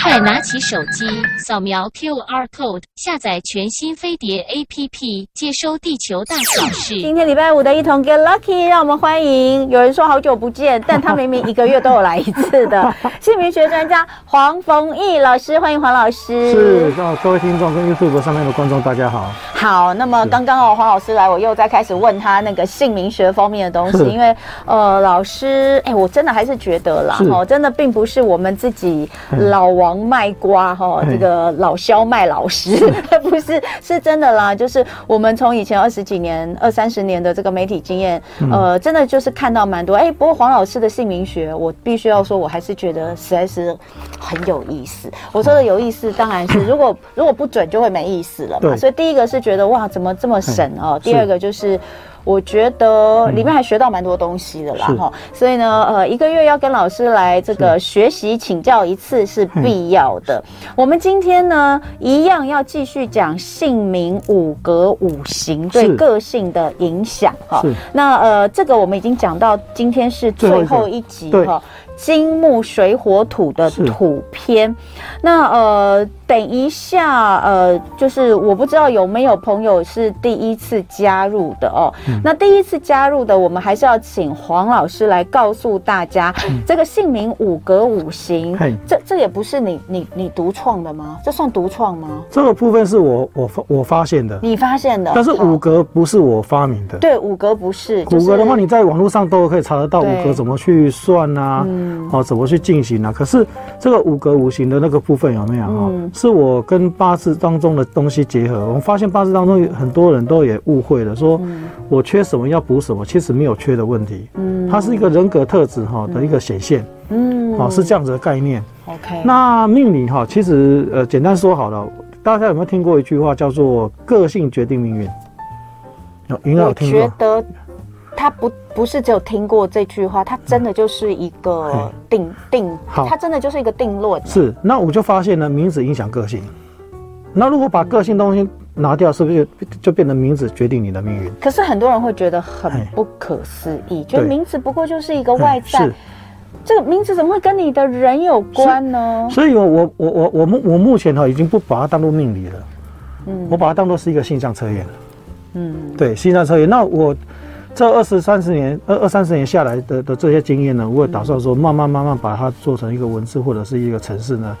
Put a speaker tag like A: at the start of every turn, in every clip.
A: 快拿起手机，扫描 QR code，下载全新飞碟 APP，接收地球大小事。
B: 今天礼拜五的一同 Get Lucky，让我们欢迎有人说好久不见，但他明明一个月都有来一次 的姓名学专家黄逢毅老师，欢迎黄老师。
C: 是，那各位听众跟 YouTube 上面的观众，大家好。
B: 好，那么刚刚哦，黄老师来，我又再开始问他那个姓名学方面的东西，
C: 是
B: 因为呃，老师，哎、我真的还是觉得啦，
C: 是
B: 哦，真的并不是我们自己老王卖瓜哈、哦，
C: 嗯
B: 这个老萧卖老师， 不是，是真的啦，就是我们从以前二十几年、二三十年的这个媒体经验，
C: 嗯
B: 呃，真的就是看到蛮多，哎、不过黄老师的姓名学，我必须要说，我还是觉得实在是很有意思。我说的有意思，当然是如果如果不准就会没意思了嘛，
C: 嗯对
B: 所
C: 嗯
B: 以。所以第一个是觉得哇，怎么这么神哦？第
C: 是
B: 二个就是。我觉得里面还学到蛮多东西的啦，
C: 是
B: 哈、所以呢，呃，一个月要跟老师来这个学习请教一次是必要的。我们今天呢，一样要继续讲姓名五格五行对
C: 是
B: 个性的影响，哈
C: 是
B: 那呃，这个我们已经讲到今天是最
C: 最
B: 后
C: 后
B: 一集，
C: 对
B: 哈。金木水火土的
C: 是
B: 土篇，那呃，等一下，呃，就是我不知道有没有朋友是第一次加入的哦。
C: 嗯
B: 那第一次加入的，我们还是要请黄老师来告诉大家，这个姓名五格五行
C: 嗯嘿，
B: 这这也不是你你你独创的吗？这算独创吗？
C: 这个部分是我我发我发现的，
B: 你发现的？
C: 但是五
B: 好
C: 格不是我发明的。
B: 对五格不是
C: 五格的话，
B: 就是
C: 你在网络上都可以查得到
B: 对嗯
C: 五格怎么去算啊，哦，怎么去进行啊。可是这个五格五行的那个部分有没有哈、
B: 嗯
C: 是我跟八字当中的东西结合。我们发现八字当中有很多人都也误会了，说我缺什么要补什么，其实没有缺的问题，
B: 嗯
C: 它是一个人格特质哈的一个显现，
B: 嗯
C: 哦，是这样子的概念。
B: OK
C: 那命理哈，其实呃，简单说好了，大家有没有听过一句话叫做“个性决定命运”？有，应该有
B: 我
C: 听
B: 觉
C: 过。
B: 得他不不是只有听过这句话，他真的就是一个
C: 嗯
B: 定定，
C: 好
B: 他真的就是一个定论。
C: 是，那我就发现呢，名字影响个性。那如果把个性东西拿掉，是不是就就变成名字决定你的命运？
B: 可是很多人会觉得很
C: 哎
B: 不可思议，觉得
C: 对
B: 名字不过就是一个外在
C: 嗯是，，
B: 这个名字怎么会跟你的人有关呢？
C: 所以我我我我我目我目前哈已经不把它当做命理了，嗯，我把它当做是一个性向测验。
B: 嗯，
C: 对，心脏测验。那我这二十三十年、二二三十年下来的的这些经验呢，我也打算说，慢慢慢慢把它做成一个文字或者是一个城市呢，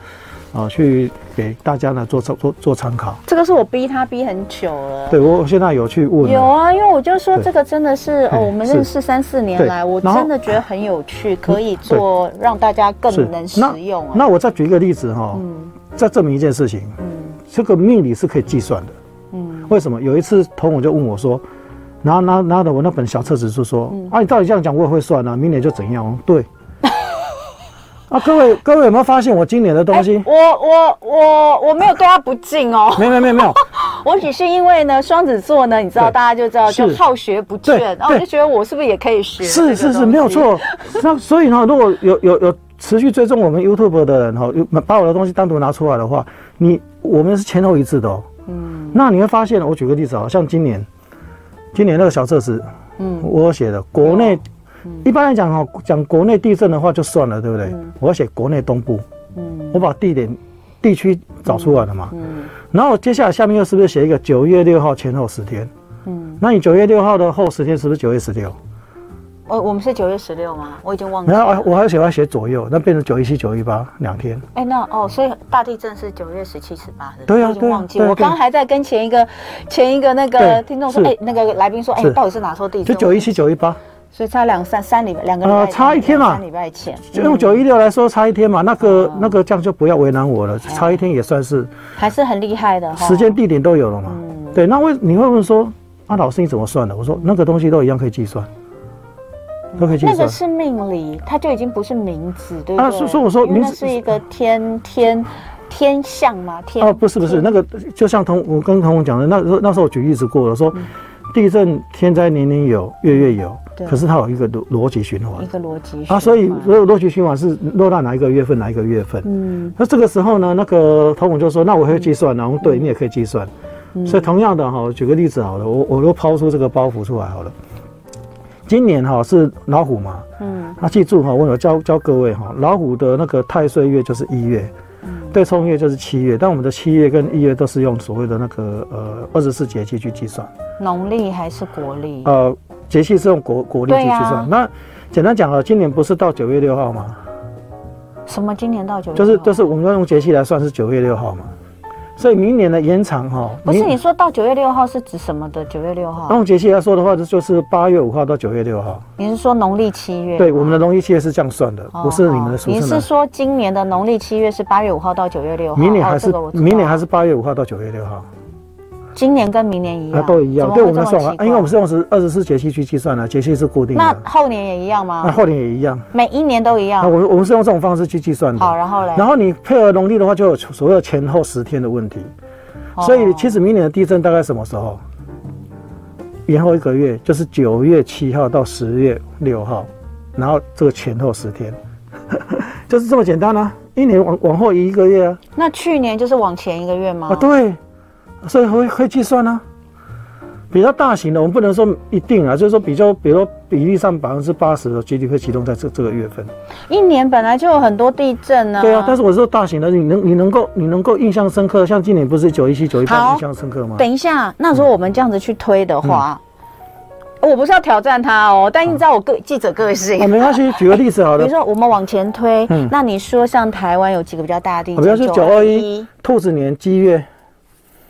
C: 啊、去给大家呢做参做做参考。
B: 这个是我逼他逼很久了。
C: 对我现在有去问
B: 有
C: 了，
B: 啊，因为我就说
C: 对
B: 这个真的是哦，
C: 哎
B: 我们
C: 是
B: 认识三四年
C: 对
B: 来，我
C: 然后嗯
B: 真的觉得很有趣，可以做让大家更能实
C: 那
B: 用啊。
C: 那我再举一个例子哈、
B: 嗯
C: 再证明一件事情，
B: 嗯
C: 这个命理是可以计算的。
B: 嗯，
C: 为什么？有一次，童我就问我说，拿拿拿着我那本小册子就说，
B: 嗯
C: 啊，你到底这样讲，我也会算啊，明年就怎样哦？ 对。啊，各位各位有没有发现我今年的东西？
B: 哎我我我我没有对他不敬哦。
C: 没有没有没有没有，
B: 我只是因为呢，双子座呢，你知道，
C: 对
B: 大家就知道，就是好学不倦，
C: 对
B: 然后我
C: 对
B: 就觉得我是不是也可以学？
C: 是是是，没有。 错。那所以呢，如果有有有持续追踪我们 YouTube 的人哈，有把我的东西单独拿出来的话，你我们是前后一致的哦。嗯，那你会发现，我举个例子啊，像今年，今年那个小测试，嗯，我写的国
B: 哦
C: 内，
B: 嗯
C: 一般来讲哈，讲国内地震的话就算了，对不对？我要写国内东部，
B: 嗯
C: 我把地点地区找出来了嘛。
B: 嗯
C: 然后接下来下面又是不是写一个九月六号前后十天？
B: 嗯，
C: 那你九月六号的后十天是不是九月十六？
B: 我我们是九月十六吗？我已经忘记
C: 然后
B: 了
C: 啊。我还喜欢写左右，那变成九一七、九一八两天。
B: 哎，那哦，所以大地震是九月十七、十八，是不是
C: 对啊
B: 我已经
C: 对啊
B: 忘记。
C: 对啊
B: 我刚
C: 对啊
B: 还在跟前一个前一个那个
C: 对
B: 听众说，
C: 是
B: 哎，那个来宾说，哎，
C: 是
B: 到底是哪时候地
C: 就
B: 震？
C: 九一七、九一八，
B: 所以差两三三礼拜，两个礼
C: 呃
B: 拜，
C: 差一天嘛
B: 两三礼拜前。嗯
C: 就用九一六来说差一天嘛，那个
B: 哦
C: 那个这样就不要为难我了，差一天也算是
B: 还是很厉害的哈。
C: 时间地点都有了嘛。
B: 嗯
C: 对，那为你会问说，啊老师你怎么算的？我说那个东西都一样可以计算，都可以计
B: 嗯那
C: 算
B: 个。是命理，它就已经不是名字，对不对？
C: 啊所所以我说
B: 因为那
C: 名字
B: 是一个天天天象嘛，天
C: 哦，不是不是，
B: 天
C: 那个就像同我跟同我讲的，那时候那时候我举例子过了，说
B: 嗯
C: 地震天灾年年有，月月有
B: 对，
C: 可是它有一个逻逻辑循环
B: 一。个逻辑
C: 啊，所以
B: 循环
C: 所有落局循环是落到哪一个月份，哪一个月份。
B: 嗯
C: 那这个时候呢，那个童总就说：“那我会计算啊。”我说：“对，你也可以计算。
B: 嗯
C: 所以同样的哈、举个例子好了，我我都抛出这个包袱出来好了。今年哈、是老虎嘛，
B: 嗯嗯
C: 那、记住哈、我有教教各位哈、老虎的那个太岁月就是一月，对冲月就是七月，但我们的七月跟一月都是用所谓的那个呃二十四节气去计算，
B: 嗯农历还是国历？
C: 呃，节气是用国国历去计算。
B: 对啊
C: 那简单讲啊，今年不是到九月六号吗？
B: 什么？今年到九月？
C: 就是就是我们要用节气来算是九月六号嘛，所以明年的延长哈、
B: 不是
C: 明
B: 你说到九月六号是指什么的？九月六号？
C: 用节气来说的话，这就是八月五号到九月六号。
B: 你是说农历七月？
C: 对，我们的农历七月是这样算的，
B: 哦
C: 不是你们的俗
B: 你
C: 称的啊
B: 是。说今年的农历七月是八月五号到九月六号？
C: 明年还
B: 哦
C: 是
B: 这个我知道
C: 明年还是八月五号到九月六号，
B: 今年跟明年一
C: 那
B: 样？
C: 啊都一样。
B: 怎
C: 对
B: 么
C: 我
B: 会
C: 们
B: 这
C: 的算
B: 么
C: 法
B: 奇，怪
C: 因为我们是用十二十四节气去计算的，节气是固定
B: 那
C: 的。啊
B: 后年也一样
C: 那
B: 吗？
C: 后年也一样，
B: 每一年都一
C: 那
B: 样。
C: 我们我们是用这种方式去计算
B: 好，
C: 的。
B: 然后嘞？
C: 然后你配合农历的话，就有所谓的前后十天的问题。
B: 哦
C: 所以其
B: 实
C: 实明年的地震大概什么时候？延后一个月，就是九月七号到十月六号，然后这个前后十天， 就是这么简单啊。一年往往后一个月啊，
B: 那去年就是往前一个月吗？
C: 啊对，所以会会计算啊。比较大型的，我们不能说一定啊，就是说比较，比如说比例上百分之八十的几率会集中在这这个月份。
B: 一年本来就有很多地震呢、
C: 对啊，但是我说大型的，你能你能够你能够印象深刻，像今年不是九一七九一八
B: 好
C: 印象深刻吗？
B: 等一下，那如果我们这样子去推的
C: 嗯
B: 话，我不是要挑战他哦，但你知道我个记者个性。
C: 啊，没关系，举个例子好
B: 比
C: 了
B: 如，说，我们往前推，
C: 嗯
B: 那你说像台湾有几个比较大的地
C: 我们要
B: 震？
C: 去九二一，兔子年鸡月呃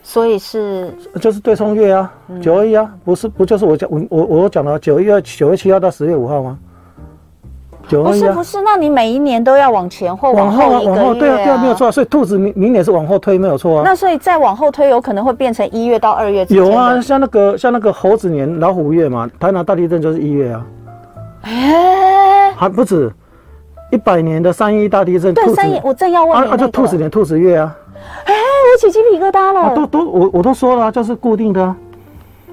B: 所以是
C: 就是对冲月啊，
B: 嗯
C: 九二一啊，不是不就是我讲我我我讲的九一二九月七号到十月五号吗？九
B: 不
C: 二一
B: 是不
C: 啊，
B: 是？那你每一年都要往前或
C: 往后
B: 后
C: 啊
B: 一个
C: 往
B: 月、
C: 后对啊对啊没有。错啊，所以兔子明明年是往后推没有错啊。
B: 那所以再往后推，有可能会变成一月到二月之间
C: 有
B: 的
C: 啊，，像那个像那个猴子年老虎月嘛，台南大地震就是一月啊，
B: 哎、
C: 还不止一百年的三一大地震，
B: 对，三一我正要问
C: 啊
B: 你、那
C: 啊
B: 个，
C: 就兔子年兔子月啊，
B: 我起鸡皮疙瘩了。
C: 啊，都都我我都说了、啊，就是固定的、啊，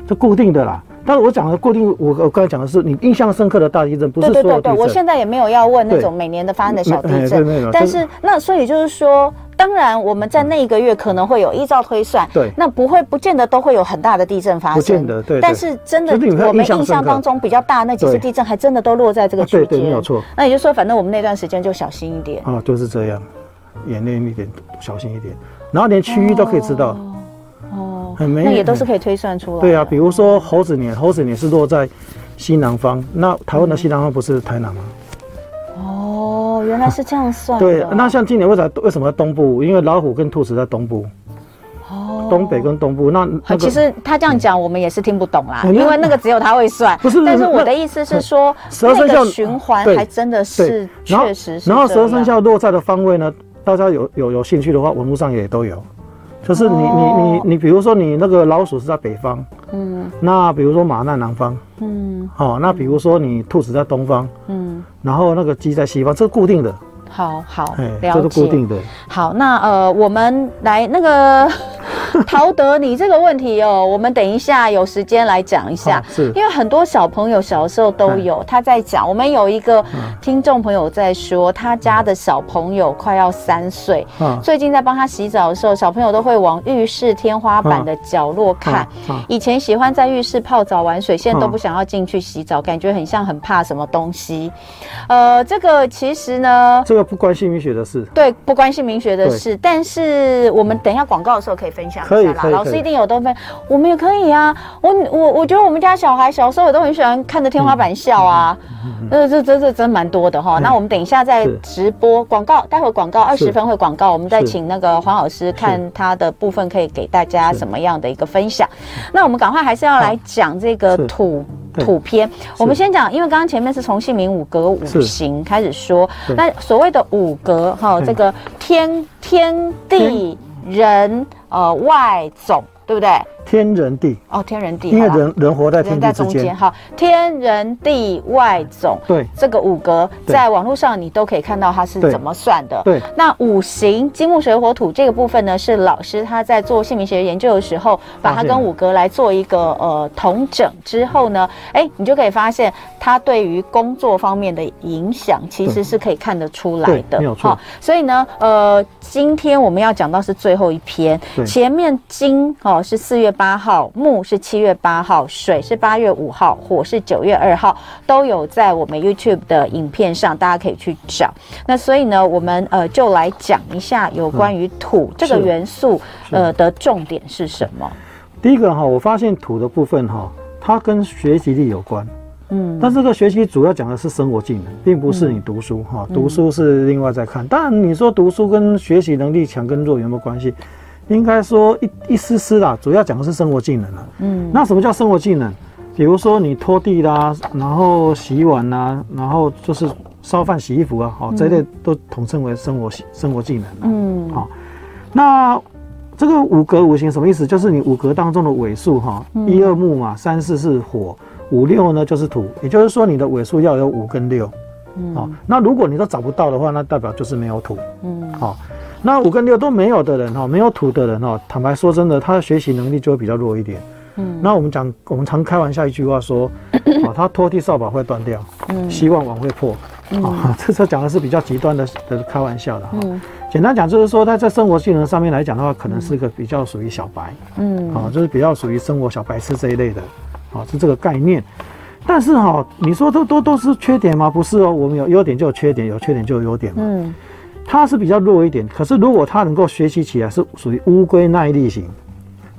C: 就固定的啦。但是我讲的固定，我我刚才讲的是你印象深刻的大地震，不是
B: 对对
C: 所有
B: 对对，
C: 地震。
B: 我现在也没有要问那
C: 对
B: 种每年的发生的小
C: 嗯
B: 地
C: 哎对没
B: 震
C: 有，
B: 但
C: 这
B: 是那所以就是说，当然我们在那一个月可能会有依照推算，
C: 嗯对
B: 那不会不见得都会有很大的地震发生，
C: 不见得对对
B: 但是真的
C: 就是你会
B: 我们
C: 印象
B: 印象
C: 深刻
B: 当中比较大那几次
C: 对
B: 地震，还真的都落在这个
C: 啊
B: 区
C: 对
B: 间，
C: 对没有错。
B: 那也就是说，反正我们那段时间就小心一点。
C: 啊，就是这样，演练一点，小心一点，然后连区域都可以知道，
B: 哦，
C: 很没
B: 那也都是可以推算出来的。
C: 对啊。比如说猴子年，猴子年是落在西南方，那台湾的西南方不是台南吗？
B: 嗯哦，原来是这样算的。
C: 对，那像今年为啥为什么东部？因为老虎跟兔子在东部，
B: 哦
C: 东北跟东部，那那
B: 好，其
C: 个
B: 实他这样讲，我们也是听不懂啦，
C: 嗯
B: 因为那个只有他会算。
C: 不是
B: 但是
C: 那
B: 我的意思是说，
C: 十二
B: 那
C: 生肖
B: 个循环
C: 对
B: 还真的
C: 对
B: 是，
C: 然后
B: 确实是这
C: 然
B: 样。
C: 后十二生肖落在的方位呢，大家有有有兴趣的话，网络上也都有。就是你、
B: 哦
C: 你你你，比如说你那个老鼠是在北方，
B: 嗯
C: 那比如说马在南方，
B: 嗯
C: 哦，那比如说你兔子在东方，
B: 嗯，
C: 然后那个鸡在西方，这是固定的，
B: 好好
C: 哎，这
B: 了
C: 是固
B: 解。
C: 定的。
B: 好，那呃，我们来那 个陶德，你这个问题哦，我们等一下有时间来讲一下
C: 好。哦哎是
B: 啊因为很多小朋友小时候都有，他在讲，我们有一个
C: 嗯
B: 听众朋友在说，他家的小朋友快要三岁，
C: 啊
B: 最近在帮他洗澡的时候，小朋友都会往浴室天花板的角落看。
C: 啊啊
B: 以前喜欢在浴室泡澡玩水，现在都
C: 嗯
B: 不想要进去洗澡，感觉很像很怕什么东西。呃，这个其实呢。
C: 这个不关姓名学的事，
B: 对，不关姓名学的
C: 对
B: 事，但是我们等一下广告的时候可以分享一
C: 可以
B: 下啦。
C: 可以
B: 老师
C: 可以
B: 一定有都分，我们也可以啊。我我我觉得我们家小孩小时候也都很喜欢看着天花板笑啊，呃，这这这真蛮多的哈。
C: 嗯
B: 那我们等一下再
C: 是
B: 直播广告，待会广告二十
C: 是
B: 分会广告，我们再
C: 是
B: 请那个黄老师看他的部分可以给大家
C: 是
B: 什么样的一个分享。那我们赶快还是要来讲这个
C: 是
B: 土
C: 对
B: 土篇，我们先讲，因为刚刚前面是从姓名五格五
C: 是
B: 行开始说，
C: 对
B: 那所谓的五格哈，
C: 嗯
B: 这个天天地人呃外总，对不对？
C: 天人地，
B: 哦，天人地，
C: 因为
B: 好吧
C: 人人活在天
B: 人
C: 地
B: 在
C: 之
B: 中间
C: 间，
B: 哈，天人地外总。
C: 对
B: 这个五格
C: 对
B: 在网络上你都可以看到它是
C: 对
B: 怎么算的。
C: 对
B: 那五行金木水火土这个部分呢，是老师他在做姓名学研究的时候，把它
C: 发现
B: 跟
C: 了
B: 五格来做一个呃统整之后呢，哎，你就可以发现它对于工作方面的影响其实是可以看得出来
C: 对
B: 的。
C: 没有错
B: 所以呢，呃，今天我们要讲到是最后一篇，
C: 对
B: 前面金哦是四月八号，木是七月八号，水是八月五号，火是九月二号，都有在我们 YouTube 的影片上，大家可以去找。那所以呢，我们呃就来讲一下有关于土、这个
C: 是
B: 元素呃的重点是什么？
C: 第一个哈，我发现土的部分哈，它跟学习力有关。
B: 嗯，
C: 但这个学习主要讲的是生活技能，并不是你读书哈、
B: 嗯
C: 读书是另外再看。当然，你说读书跟学习能力强跟弱有没有关系？应该说一一丝丝啦，主要讲的是生活技能啊。
B: 嗯，
C: 那什么叫生活技能？比如说你拖地啦，然后洗碗啦，然后就是烧饭、洗衣服啊，好、这类都统称为生活生活技能啊。
B: 嗯
C: 好、那这个五格五行什么意思？就是你五格当中的尾数哈，一二木嘛，三四是火，五六呢就是土，也就是说你的尾数要有五跟六。哦，那如果你都找不到的话，那代表就是没有土。
B: 嗯
C: 好、那五跟六都没有的人哈、没有土的人哈、坦白说真的，他的学习能力就会比较弱一点。
B: 嗯
C: 那我们讲，我们常开玩笑一句话 说，哦，他拖地扫把会断掉，
B: 嗯
C: 希望碗会破。啊， 这时候讲的是比较极端的的开玩笑的哈、
B: 嗯
C: 简单讲就是说，他在生活技能上面来讲的话，可能是个比较属于小白，
B: 嗯
C: 啊，就是比较属于生活小白痴这一类的，啊，是这个概念。但是哈、你说都都都是缺点吗？不是哦，我们有优点就有缺点，有缺点就有优点嘛。
B: 嗯
C: 它是比较弱一点，可是如果它能够学习起来，是属于乌龟耐力型，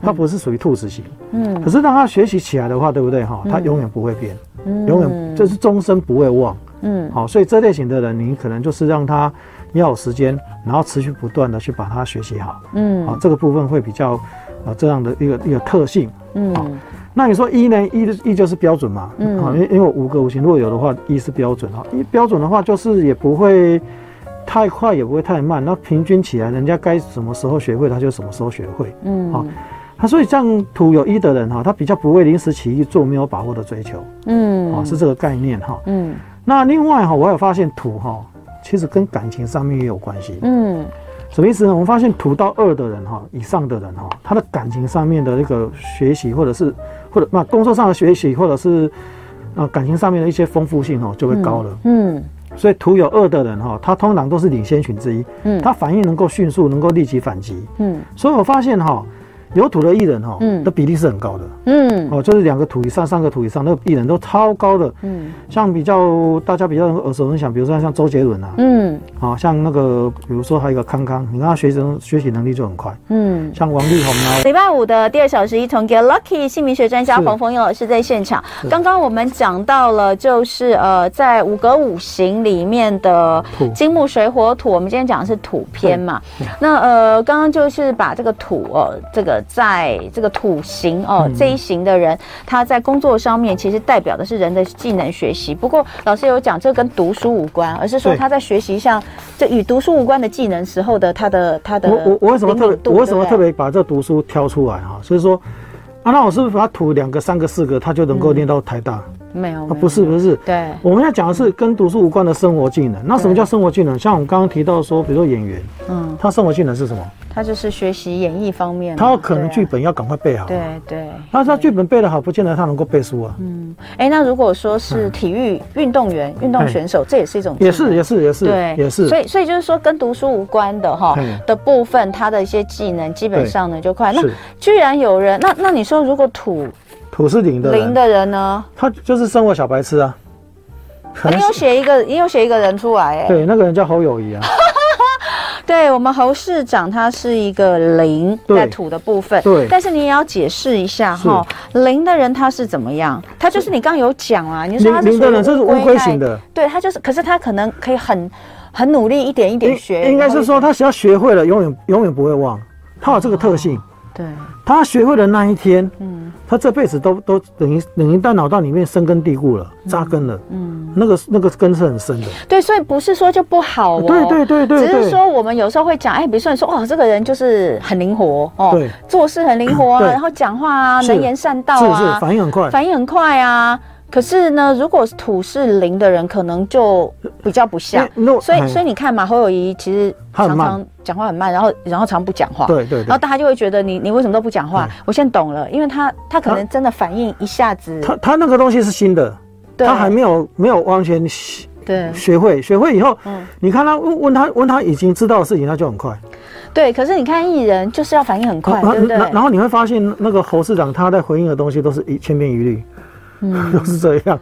C: 它不是属于兔子型。
B: 嗯
C: 可是让它学习起来的话，对不对哈？它永远不会变，
B: 嗯
C: 永远就是终身不会忘。
B: 嗯
C: 好，所以这类型的人，你可能就是让他要有时间，然后持续不断的去把它学习好。
B: 嗯
C: 好，这个部分会比较啊这样的一个一个特性。
B: 嗯
C: 那你说一呢？一就一就是标准嘛，
B: 嗯
C: 好，因为因为我五个五行如果有的话，一是标准哈。一标准的话就是也不会太快，也不会太慢，那平均起来，人家该什么时候学会，他就什么时候学会。
B: 嗯
C: 好他所以像土有一的人哈，他比较不会临时起意做没有把握的追求，啊，
B: 嗯
C: 是这个概念哈。
B: 嗯
C: 那另外哈，我有发现土哈，其实跟感情上面也有关系。
B: 嗯
C: 什么意思呢？我们发现土到二的人哈，以上的人哈，他的感情上面的那个学习，或者是或者那工作上的学习，或者是啊感情上面的一些丰富性哦，就会高了。
B: 嗯
C: 所以土有二的人哈，他通常都是领先群之一，
B: 嗯
C: 他反应能够迅速，能够立即反击。
B: 嗯
C: 所以我发现哈，有土的艺人哈
B: 嗯
C: 的比例是很高的
B: 嗯
C: 哦，就是两个土以上、三个土以上，那个艺人都超高的。
B: 嗯
C: 像比较大家比较耳熟能详，比如说像周杰伦啊，
B: 嗯
C: 啊，像那个比如说还有一个康康，你看他学习能学习能力就很快。
B: 嗯。
C: 像王力宏啊，
B: 礼拜五的第二小时，一同 get lucky 姓名学专家
C: 是
B: 黄峰佑老师在现场。
C: 是
B: 刚刚我们讲到了，就是呃，在五格五行里面的
C: 土嗯
B: 金木水火土，我们今天讲的是土篇嘛
C: 对对。
B: 那呃，刚刚就是把这个土哦、这个在这个土型哦、
C: 嗯
B: 这一型的人，他在工作上面其实代表的是人的技能学习。不过老师有讲，这跟读书无关，而是说
C: 对
B: 他在学习上这与读书无关的技能时候的他的他的
C: 我我我为什么特
B: 灵敏度
C: 别我为什么
B: 对不对
C: 特别把这读书挑出来哈、所以说，啊，那我是不是把它吐两个、三个、四个，他就能够念到台大？
B: 没有？没
C: 啊，
B: 有
C: 不是不是，
B: 嗯对，
C: 我们要讲的是跟读书无关的生活技能。那什么
B: 对
C: 叫生活技能？像我们刚刚提到说，比如说演员，
B: 嗯，
C: 他生活技能是什么？
B: 他就是学习演艺方面嘛，
C: 他可能
B: 对啊
C: 剧，本要赶快背好。
B: 对啊对。
C: 那他剧本背得好，不见得他能够背书啊。
B: 哎，那如果说是体育运动员、运动选手，这也是一种技能
C: 嗯哎也是也是也是
B: 对，
C: 也是
B: 所。以所以就是说，跟读书无关的哈
C: 嗯
B: 的部分，他的一些技能基本上呢就快。那
C: 是
B: 居然有人，那那你说如果土
C: 土是零的
B: 零
C: 人，
B: 的人呢？
C: 他就是生活小白痴啊。可
B: 你
C: 能
B: 有
C: 是
B: 写一个，你有写一个人出来哎。
C: 对那个人叫侯友谊啊。
B: 对我们侯市长，他是一个零
C: 对
B: 在土的部分，
C: 对
B: 但是你也要解释一下
C: 是
B: 哈，零的人他是怎么样？他就是你刚刚有讲啊，你说他
C: 零
B: 是
C: 零的人
B: 属于
C: 这是乌龟型
B: 态，
C: 的。
B: 对他就是，可是他可能可以很很努力一点一点
C: 应
B: 学，
C: 应该是说
B: 然后
C: 他只要学会了，永远永远不会忘。他有这个特性，
B: 一点
C: 他学会了那一天，
B: 嗯
C: 他这辈子都都等于等于在脑袋里面生根蒂固了，
B: 嗯
C: 扎根了，那个那个根是很深的，
B: 对对，所以不是说就不好哦，
C: 对对对对
B: 只是
C: 对，
B: 说我们有时候会讲，哎，比如说你说哇，这个人就是很灵活哦
C: 对，
B: 做事很灵活啊，
C: 对
B: 然后讲话啊，
C: 是
B: 能言善道
C: 是
B: 啊，
C: 是反应很快，
B: 反应很快啊。可是呢，如果土是零的人，可能就比较不像。
C: 因为那
B: 所以，
C: 哎
B: 所以你看嘛，侯友谊其实
C: 他很
B: 常
C: 慢
B: 常讲话很慢，然后然后常不讲话。。
C: 对对
B: 然后
C: 对，
B: 大家就会觉得你你为什么都不讲话
C: 对？
B: 我现在懂了，因为他他可能真的反应一下子，
C: 他他那个东西是新的，
B: 对
C: 他还没有没有完全学
B: 对
C: 学会，学会以后
B: 嗯，
C: 你看他问问他问他已经知道的事情，他就很快，
B: 对，可是你看艺人就是要反应很快，
C: 然后
B: 对不对？
C: 然然后你会发现，那个侯市长他在回应的东西都是一千篇一律，
B: 嗯
C: 都是这样，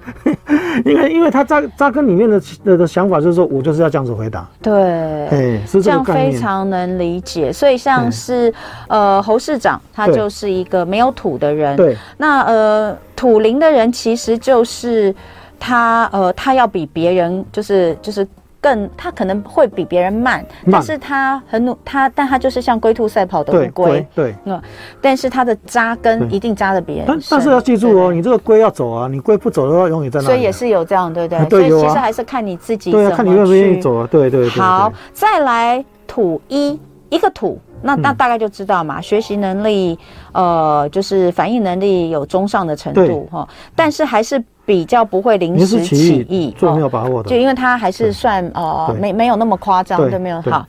C: 因为因为他扎扎根里面的的的想法就是说我就是要这样子回答，
B: 对，
C: 哎，
B: 这
C: 是这个
B: 样
C: 概
B: 非
C: 念。
B: 常能理解。所以像
C: 对
B: 是呃侯市长，他
C: 对
B: 就是一个没有土的人。
C: 对，
B: 那呃土灵的人其实就是他呃他要比别人就是就是。更，他可能会比别人慢，
C: 慢
B: 但是他很努，他但他就是像龟兔赛跑的
C: 对
B: 乌龟
C: 对，对，
B: 嗯，但是他的扎根
C: 对
B: 一定扎的别人
C: 但
B: 深。
C: 但是要记住
B: 对
C: 哦，你这个龟要走啊，你龟不走的话，永远在那里啊。
B: 所以也是有这样，对不对？
C: 哎
B: 所
C: 对
B: 以
C: 有
B: 其
C: 啊
B: 实还是看你自己
C: 对
B: 怎
C: 啊，
B: 么
C: 看你愿不愿意
B: 去
C: 走啊。对对对。对
B: 好，，再来土一一个土，那那
C: 嗯
B: 大概就知道嘛，学习能力，呃，就是反应能力有中上的程度
C: 对
B: 哈，但是还是比较不会临
C: 您
B: 时
C: 是
B: 起
C: 奇
B: 意
C: 异，，最没有
B: 哦
C: 把握的
B: 就。因为他还是
C: 对
B: 算呃
C: 对
B: 没没有那么夸张，
C: 对
B: 对没有
C: 对
B: 好，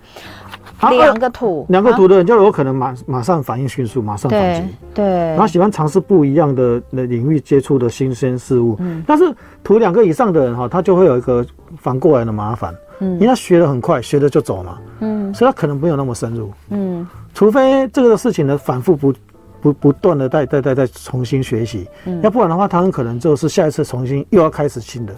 C: 啊
B: 两
C: 二
B: 个土，
C: 两个
B: 啊
C: 读的人就有可能马马上反应迅速，马上反
B: 对
C: 击。
B: 对
C: 然后喜欢尝试不一样的那领域接触的新鲜事物。
B: 嗯
C: 但是图两个以上的人哈，他就会有一个反过来的麻烦，因为他学的很快，学了就走嘛，
B: 嗯
C: 所以他可能没有那么深入，
B: 嗯
C: 除非这个事情呢反复不。不不断的再再再再重新学习，
B: 嗯
C: 要不然的话，他很可能就是下一次重新又要开始新的，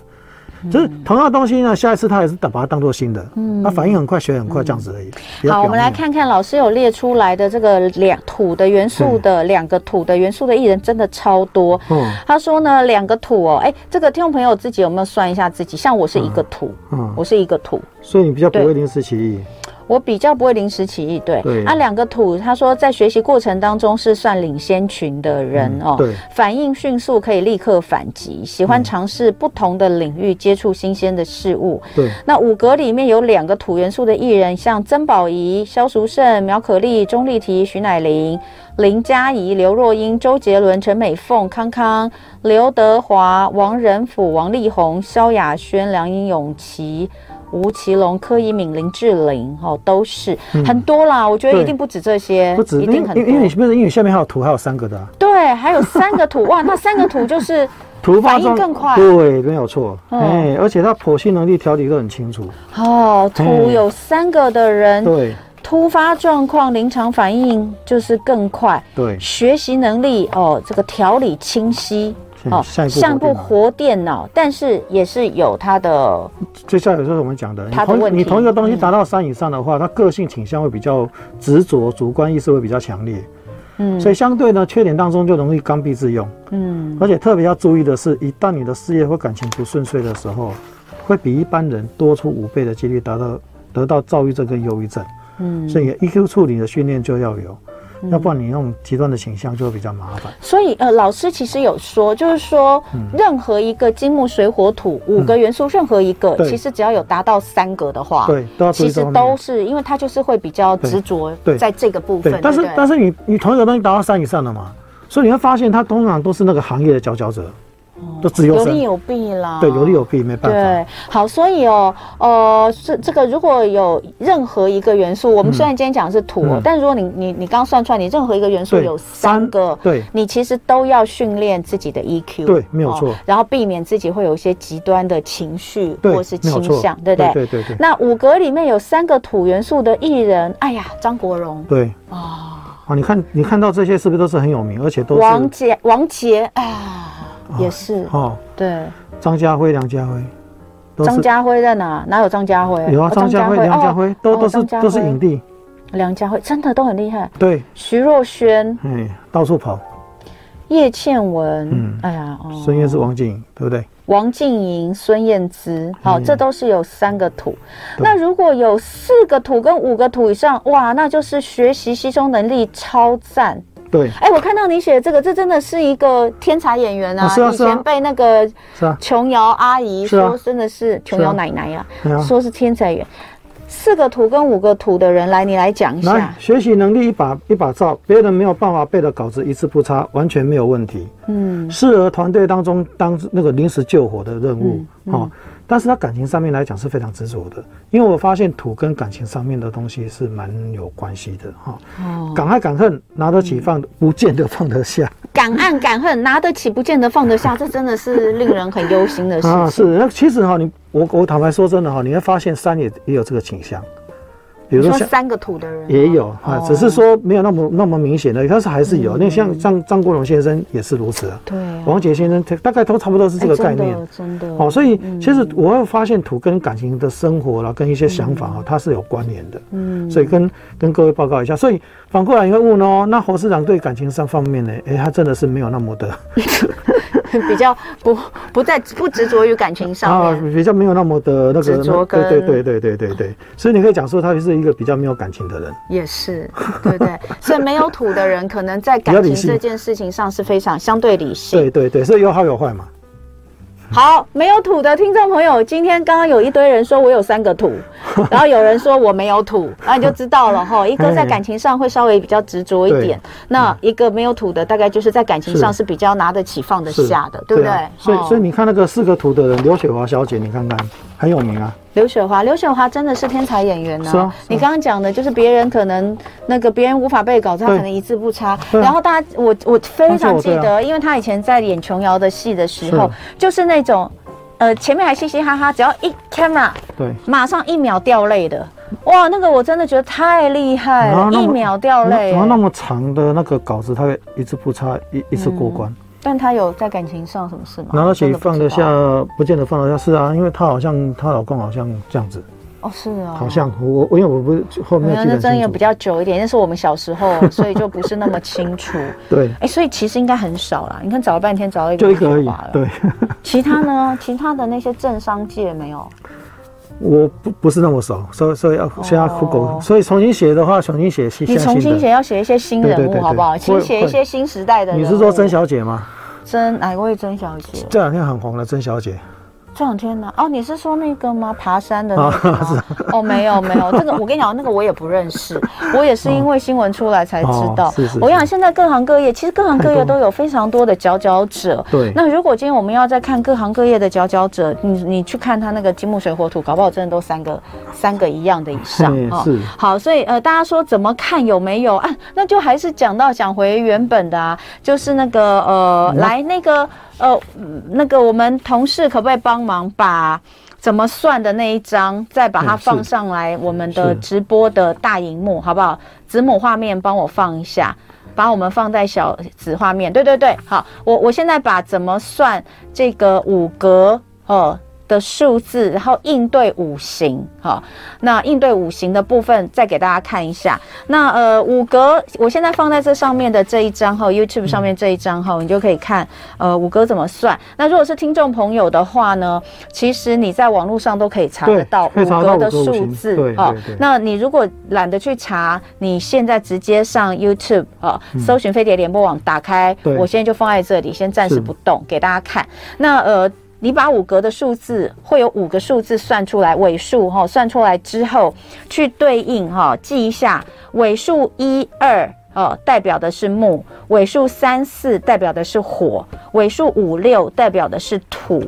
B: 嗯
C: 就是同样的东西呢，下一次他也是把它当做新的，他反应很快，学很快，这样子而已。比
B: 嗯
C: 较
B: 好，我们
C: 表
B: 来
C: 面
B: 看看老师有列出来的这个两土的元素的两个土的元素的艺人真的超多。
C: 哦
B: 他说呢，两个土哦，哎，这个听众朋友自己有没有算一下自己？像我是一个土，
C: 嗯
B: 我是一个土，
C: 所以你比较不
B: 对
C: 会临时起意，
B: 我比较不会临时起意，对。
C: 对
B: 啊，两个土，他说在学习过程当中是算领先群的人哦，
C: 嗯对嗯
B: 反应迅速，可以立刻反击，喜欢尝试不同的领域，接触新鲜的事物。
C: 对，
B: 那五格里面有两个土元素的艺人，像曾宝仪、萧淑慎、苗可丽、钟丽缇、徐乃麟、林嘉怡、刘若英、周杰伦、陈美凤、康康、刘德华、王仁甫、王力宏、萧亚轩、梁英永琪。吴奇隆、柯以敏、林志玲，哦，都是、很多啦。我觉得
C: 嗯对
B: 一定不止这些，
C: 不止，
B: 一
C: 因为
B: 定很
C: 因为因为你
B: 多。
C: 不是因为你下面还有图，还有三个的啊、
B: 对，还有三个土哇，那三个土就是
C: 图发
B: 反应
C: 状
B: 更快
C: 对，没有错，
B: 嗯
C: 哎、而且他剖析能力条理都很清楚，
B: 哦，土
C: 嗯
B: 有三个的人，
C: 对
B: 突发状况临场反应就是更快，
C: 对，
B: 学习能力哦，这个条理清晰
C: 嗯
B: 哦，
C: 下一步活
B: 像不
C: 电脑
B: 活电脑，但是也是有它的
C: 就像有时候我们讲的，你
B: 他的问
C: 同
B: 题嗯
C: 你同一个东西达到三以上的话，他个性倾向会比较执着，主观意识会比较强烈，
B: 嗯
C: 所以相对呢，缺点当中就容易刚愎自用，
B: 嗯
C: 而且特别要注意的是，一旦你的事业或感情不顺遂的时候，会比一般人多出五倍的几率达到得到躁郁症跟忧郁症。
B: 嗯，
C: 所以 EQ 处理的训练就要有，要不然你用极端的倾向就会比较麻烦。
B: 所以呃，老师其实有说，就是说
C: 嗯
B: 任何一个金木水火土五个元素，任何一个
C: 对
B: 其实只要有达到三个的话，
C: 对，都要注
B: 啊其
C: 意这
B: 实
C: 方面
B: 都是因为它就是会比较
C: 对
B: 执着
C: 对
B: 在这个部分
C: 对，，但是
B: 对不对
C: 但是你你同一个东西达到三以上的嘛，所以你会发现它通常都是那个行业的佼佼者，都只有
B: 哦有利
C: 生，
B: 有弊啦，
C: 对，有利有弊，没办法。
B: 对，好，所以哦，呃，是这个如果有任何一个元素，我们虽然今天讲的是土、哦
C: 嗯
B: 但如果你你你刚算出来，你任何一个元素
C: 对
B: 有三个，
C: 对
B: 你其实都要训练自己的 EQ，
C: 对没有错
B: 然后避免自己会有一些极端的情绪
C: 对
B: 或是
C: 没有
B: 倾
C: 错
B: 向，对不对？
C: 对对对对
B: 那五格里面有三个土元素的艺人，哎呀，张国荣、
C: 对啊啊！你看你看到这些是不是都是很有名，而且都
B: 哦王
C: 是
B: 杰、王杰啊，也是，
C: 哦，
B: 对。
C: 张家辉、梁家辉，都
B: 张
C: 是
B: 家辉在哪？哪有张家辉？
C: 有啊，
B: 哦
C: 张家辉、梁家辉
B: 哦
C: 都
B: 哦
C: 都是
B: 张家
C: 都是
B: 辉
C: 影帝，
B: 梁家辉真的都很厉害，
C: 对，
B: 徐若瑄、
C: 哎，到处跑。
B: 哦叶倩文，
C: 嗯
B: 哎呀，哦
C: 孙燕姿、王静颖，对不对？
B: 王静莹、孙燕姿，好、
C: 嗯
B: 这都是有三个土。
C: 对
B: 那如果有四个土跟五个土以上，哇，那就是学习吸收能力超赞。
C: 对，
B: 哎，我看到你写这个，这真的是一个天才演员啊！
C: 啊是啊
B: 以
C: 是啊
B: 前被那个
C: 是啊，
B: 琼瑶阿姨
C: 是啊
B: 说，真的是琼瑶奶奶呀、
C: 对啊。
B: 说是天才演员。四个土跟五个土的人，来，你来讲一
C: 来
B: 下，。
C: 学习能力一把一把照，别人没有办法背的稿子一字不差，完全没有问题，
B: 嗯
C: 适合团队当中当那个临时救火的任务
B: 嗯
C: 哦。但是他感情上面来讲是非常执着的，因为我发现土跟感情上面的东西是蛮有关系的哈。
B: 哦
C: 敢爱敢恨，拿得起放，不见得放得下
B: 敢爱敢恨，拿得起不见得放得下，这真的是令人很忧心的事
C: 啊
B: 情。
C: 啊。是，那其实哈，你我我坦白说真的哈，你会发现三也也有这个倾向。比如
B: 你
C: 说
B: 说哦
C: 像
B: 三个土的人
C: 也
B: 吗
C: 有啊，只是说没有那么那么明显的，但是还是有。那
B: 嗯
C: 像张张国荣先生也是如此啊，
B: 对啊，
C: 王杰先生大概都差不多是这个
B: 哎
C: 概
B: 真的
C: 念。
B: 真的
C: 哦，所以
B: 嗯
C: 其实我会发现土跟感情的生活啦，跟一些想法啊，它是有关联的。
B: 嗯
C: 所以跟跟各位报告一下。所以反过来你会问哦，那侯市长对感情上方面呢？哎，他真的是没有那么的
B: 比较不不在不执着于感情上面。
C: 啊比较没有那么的那个
B: 执着
C: 那
B: 跟
C: 对对对对对对对。所以你可以讲说，他是一个比较没有感情的人。
B: 也是，对不对？所以没有土的人，可能在
C: 比较
B: 感
C: 理
B: 情
C: 性
B: 这件事情上是非常相对理性。
C: 对对对，所以有好有坏嘛。
B: 好，没有土的听众朋友，今天刚刚有一堆人说我有三个 土，然后有人说我没有土，那你就知道了 哈。一个在感情上会稍微比较执着一点
C: 对，
B: 那一个没有土的，大概就是在感情上是比较拿得起放得
C: 是
B: 下的，对不哦对
C: 啊？所以
B: 齁
C: 所以你看那个四个图的人，刘雪华小姐，你看看很有名啊。
B: 刘雪华，刘雪华真的是天才演员呢、
C: 是啊是啊
B: 你刚刚讲的就是别人可能那个别人无法背稿子，他
C: 对
B: 可能一字不差。
C: 对啊
B: 然后大家，我我非常记
C: 而且我
B: 得，因为他以前在演琼瑶的戏的时候
C: 是，
B: 就是那种，呃，前面还嘻嘻哈哈，只要一 camera，
C: 对，
B: 马上一秒掉泪的。哇，那个我真的觉得太厉害
C: 然
B: 了，
C: 后那么
B: 一秒掉泪
C: 然。后那么长的那个稿子，他会一字不差一一次过关，
B: 但他有在感情上什么事吗？
C: 然后而且
B: 真的不
C: 放得
B: 知道
C: 下，不见得放得下。是啊，因为她好像她老公好像这样子，
B: 哦，是哦，
C: 好像我我因为我不是后
B: 没
C: 面
B: 有，
C: 记
B: 那
C: 得
B: 真的有
C: 很
B: 比
C: 清楚。
B: 较久一点，那是我们小时候，所以就不是那么清楚。
C: 对，
B: 哎、所以其实应该很少啦。你看找了半天，找到一个
C: 就一个而
B: 清
C: 已
B: 华了。
C: 对，
B: 其他呢？其他的那些政商界没有。
C: 我不不是那么熟，所以所以要现在酷狗，所以重新写的话，重新写
B: 哦你
C: 新
B: 重新写，。要写一些新人物，
C: 对对对对
B: 好不好？
C: 会
B: 请写一些新时代的人
C: 你
B: 物。
C: 是说曾小姐吗？
B: 曾哪位曾小姐？
C: 这两天很红的曾小姐，
B: 这两天呢？哦，你是说那个吗？爬山的那个
C: 啊
B: 吗？哦，没有没有，这个我跟你讲，那个我也不认识，我也是因为新闻出来才知道
C: 哦是是。
B: 我想现在各行各业，其实各行各业
C: 太多
B: 都有非常多的佼佼者。
C: 对
B: 那如果今天我们要再看各行各业的佼佼者，你你去看他那个金木水火土，搞不好真的都三个三个一样的以上
C: 嘿
B: 哦
C: 是
B: 好，所以呃，大家说怎么看有没有啊？那就还是讲到讲回原本的啊，就是那个呃，
C: 嗯
B: 来那个呃，嗯那个我们同事可不可以帮忙把？怎么算的那一张，再把它
C: 嗯是
B: 放上来我们的
C: 是
B: 直播的大荧幕，好不好？子母画面帮我放一下，把我们放在小子画面。对对对，好，我我现在把怎么算这个五格哦的数字，然后应对五行，好、那应对五行的部分再给大家看一下。那呃五格，我现在放在这上面的这一张哈、YouTube 上面这一张哈、
C: 嗯
B: 你就可以看呃五格怎么算。那如果是听众朋友的话呢，其实你在网络上都可以查得
C: 对
B: 到
C: 可
B: 五
C: 以查得到
B: 格的
C: 五格五
B: 数
C: 行
B: 字
C: 对
B: 哦
C: 对对
B: 那你如果懒得去查，你现在直接上 YouTube 啊、搜寻飞碟联播网，打开，
C: 嗯对
B: 我现在就放在这里，先暂时
C: 是
B: 不动，给大家看。那呃。你把五格的数字会有五个数字算出来，尾数哈、算出来之后去对应哈、记一下尾数一二哦代表的是木，尾数三四代表的是火，尾数五六代表的是土，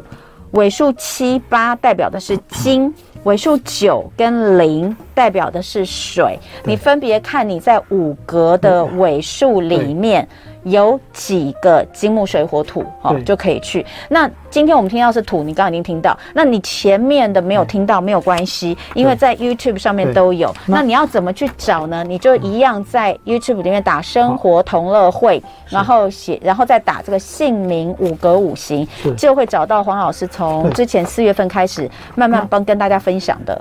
B: 尾数七八代表的是金，尾数九跟零代表的是水。你分别看你在五格的尾数里面有几个金木水火土，哦
C: 对，
B: 就可以去。那今天我们听到是土，你刚刚已经听到，那你前面的没有听到没有关系，因为在 YouTube 上面
C: 对
B: 都有。
C: 那
B: 那你要怎么去找呢？你就一样在 YouTube 里面打“生活同乐会”，然后写，然后再打这个姓名五格五行
C: 是，
B: 就会找到黄老师从
C: 对
B: 之前四月份开始慢慢帮跟大家分享的。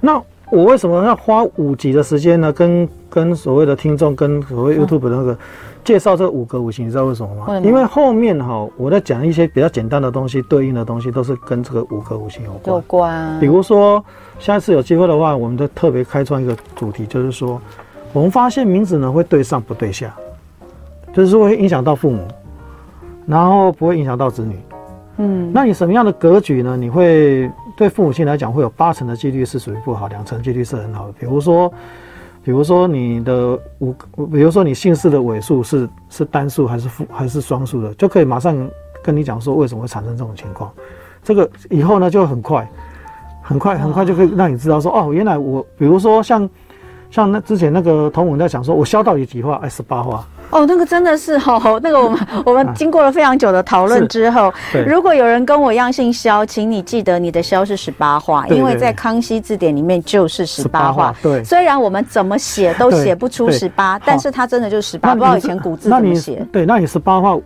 C: 那我为什么要花五集的时间呢？跟跟所谓的听众，跟所谓 YouTube 的那个介绍这五个五行，你知道为什么
B: 嗯为什
C: 吗？
B: 么
C: 因为后面哈，我在讲一些比较简单的东西，对应的东西都是跟这个五个五行有
B: 有
C: 关。
B: 关
C: 比如说，下次有机会的话，我们就特别开创一个主题，就是说，我们发现名字呢会对上不对下，就是说会影响到父母，然后不会影响到子女。
B: 嗯，
C: 那你什么样的格局呢？你会对父母亲来讲，会有八成的几率是属于不好，两成几率是很好的。比如说，比如说你的五，比如说你姓氏的尾数是是单数还是复还是双数的，就可以马上跟你讲说为什么会产生这种情况。这个以后呢就很快，很快很快就可以让你知道说哦，原来我比如说像像那之前那个同文在讲说，我消到底几画？哎，十八画。
B: 哦，那个真的是哦，那个我 们我们经过了非常久的讨论
C: 啊是
B: 之后，
C: 对
B: 如果有人跟我一样姓萧，请你记得你的萧是十八画，
C: 对
B: 因为
C: 对
B: 在
C: 对
B: 康熙字典里面就是十八画
C: 18画。对
B: 虽然我们怎么写都
C: 对
B: 写不出
C: 对
B: 十八
C: 好，
B: 但是它真的就是十八。
C: 那
B: 不知道
C: 你
B: 以
C: 是嗯
B: 前古字怎
C: 那
B: 么
C: 你
B: 写，
C: 对，那你是八画，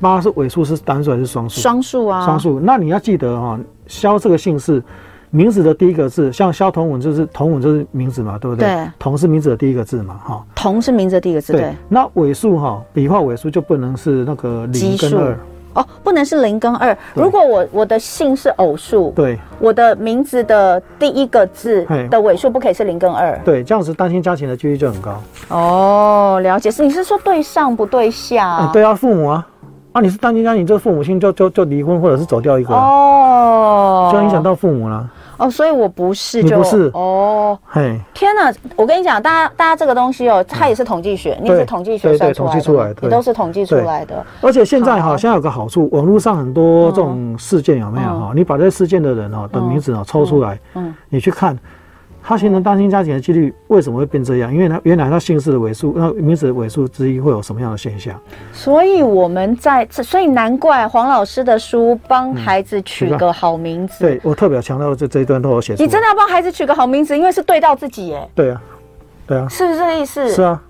C: 八是尾数是单数还是双数？
B: 双数啊，
C: 双数。那你要记得哈、萧这个姓氏，名字的第一个字，像萧同文就是同文就是名字嘛，对不对？
B: 对
C: 同是名字的第一个字嘛，哈、
B: 同是名字的第一个字，对。
C: 那尾数哈、笔画尾数就不能是那个零
B: 奇
C: 跟
B: 数
C: 二，
B: 哦，不能是零跟二。
C: 对
B: 如果我我的姓是偶数，
C: 对
B: 我的名字的第一个字
C: 嘿
B: 的尾数不可以是零跟二。
C: 对，这样子单亲家庭的几率就很高
B: 哦，了解。是你是说对上不对下？
C: 啊。对啊，父母啊，啊你是单亲家庭，这父母亲就就就离婚或者是走掉一个啊，
B: 哦，
C: 就影响到父母了。
B: 哦，所以我不是
C: 你
B: 就
C: 不是
B: 哦。
C: 嘿，
B: 天哪！我跟你讲，大家大家这个东西哦，它也是统计学，你也是统计学
C: 嗯对
B: 算
C: 对
B: 出来的，
C: 统计出来
B: 你
C: 对
B: 都是统计出来的。
C: 而且现在
B: 好嗯
C: 哈，现在有个好处，网络上很多这种事件有没有哈？你把这些事件的人哈的名字啊抽出来，
B: 嗯
C: 你去看，他形成单亲家庭的几率为什么会变这样？因为他原来他姓氏的尾数，那名字的尾数之一会有什么样的现象？
B: 所以我们在，所以难怪黄老师的书帮孩子取
C: 是
B: 个好名字。
C: 对我特别强调这这一段都有写出来。
B: 你真的要帮孩子取个好名字，因为是对到自己耶，
C: 对啊，对啊，
B: 是不是这个意思？
C: 是啊。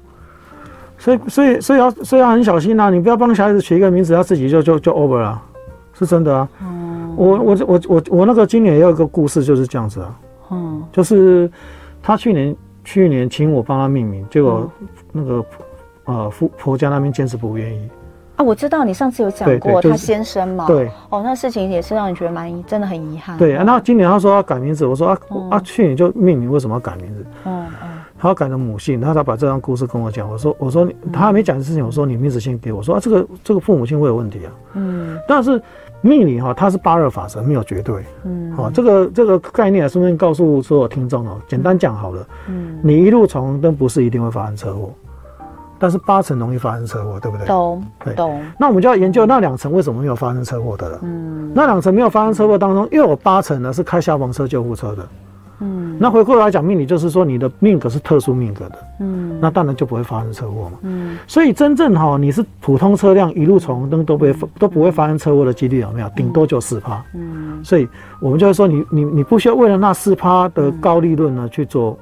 C: 所以，所以，所以要，所以要很小心啊！你不要帮小孩子取一个名字，他自己就就就 over 了，是真的啊。
B: 哦
C: 我我我我我那个今年也有一个故事就是这样子啊。
B: 嗯，
C: 就是他去年去年请我帮他命名，结果那个、呃婆婆家那边坚持不愿意。
B: 啊，我知道你上次有讲
C: 对对
B: 过
C: 就
B: 他
C: 是
B: 先生嘛，
C: 对，
B: 哦，那事情也是让你觉得蛮遗真的很遗憾。
C: 对，啊那今年他说要改名字，我说啊、啊，去年就命名为什么要改名字？
B: 嗯嗯，
C: 他要改成母姓，然后他把这段故事跟我讲，我说我说你他还没讲的事情，我说你名字先给我，我说啊这个这个父母亲会有问题啊。
B: 嗯，
C: 但是命理哈、它是八二法则，没有绝对。
B: 嗯，
C: 好、这个这个概念啊，顺便告诉所有听众哦，简单讲好了。
B: 嗯，
C: 你一路闯红灯不是一定会发生车祸，但是八成容易发生车祸，对不对？
B: 懂
C: 对
B: 懂，
C: 那我们就要研究那两层为什么没有发生车祸的了。
B: 嗯
C: 那两层没有发生车祸当中，又有八成呢是开消防车、救护车的。
B: 嗯
C: 那回过来讲命理，就是说你的命格是特殊命格的，
B: 嗯
C: 那当然就不会发生车祸嘛。
B: 嗯
C: 所以真正哈、你是普通车辆一路闯红灯都不会都不会发生车祸的几率有没有？顶多就四趴。
B: 嗯，
C: 所以我们就会说你你你不需要为了那四趴的高利润呢去做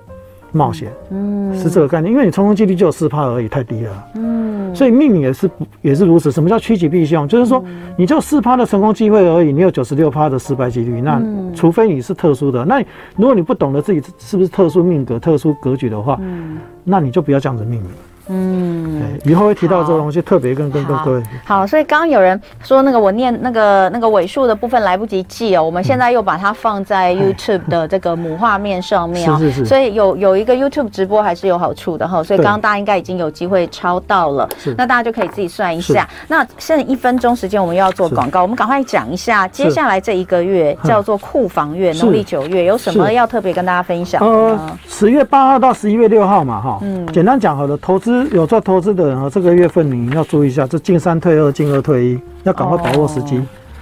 C: 冒险，
B: 嗯
C: 是这个概念。因为你成功几率就有四趴而已，太低了。
B: 嗯
C: 所以命理也是不也是如此。什么叫趋吉避凶？就是说，你就四趴的成功机会而已，你有九十六趴的失败几率。那
B: 嗯
C: 除非你是特殊的，那如果你不懂得自己是不是特殊命格、特殊格局的话，那你就不要这样子命名。
B: 嗯。
C: 对以后会提到这个东西，特别跟跟跟
B: 好
C: 各位。
B: 好，所以刚刚有人说那个我念那个那个尾数的部分来不及记哦，我们现在又把它放在 YouTube 的这个母画面上面哦，
C: 哎是是是
B: 所以有有一个 YouTube 直播还是有好处的哈、所以
C: 对
B: 刚刚大家应该已经有机会抄到了
C: 是，
B: 那大家就可以自己算一下。那剩一分钟时间，我们又要做
C: 是
B: 广告，我们赶快讲一下接
C: 是
B: 下来这一个月
C: 嗯
B: 叫做库房月，农历
C: 是
B: 九月有什么
C: 是
B: 要特别跟大家分享的
C: 呃
B: 呢？，嗯
C: 十月八号到十一月六号嘛，哈，简单讲好了，投资有做投资的人哈，这个月份你要注意一下，这进三退二，进二退一，要赶快把握时机。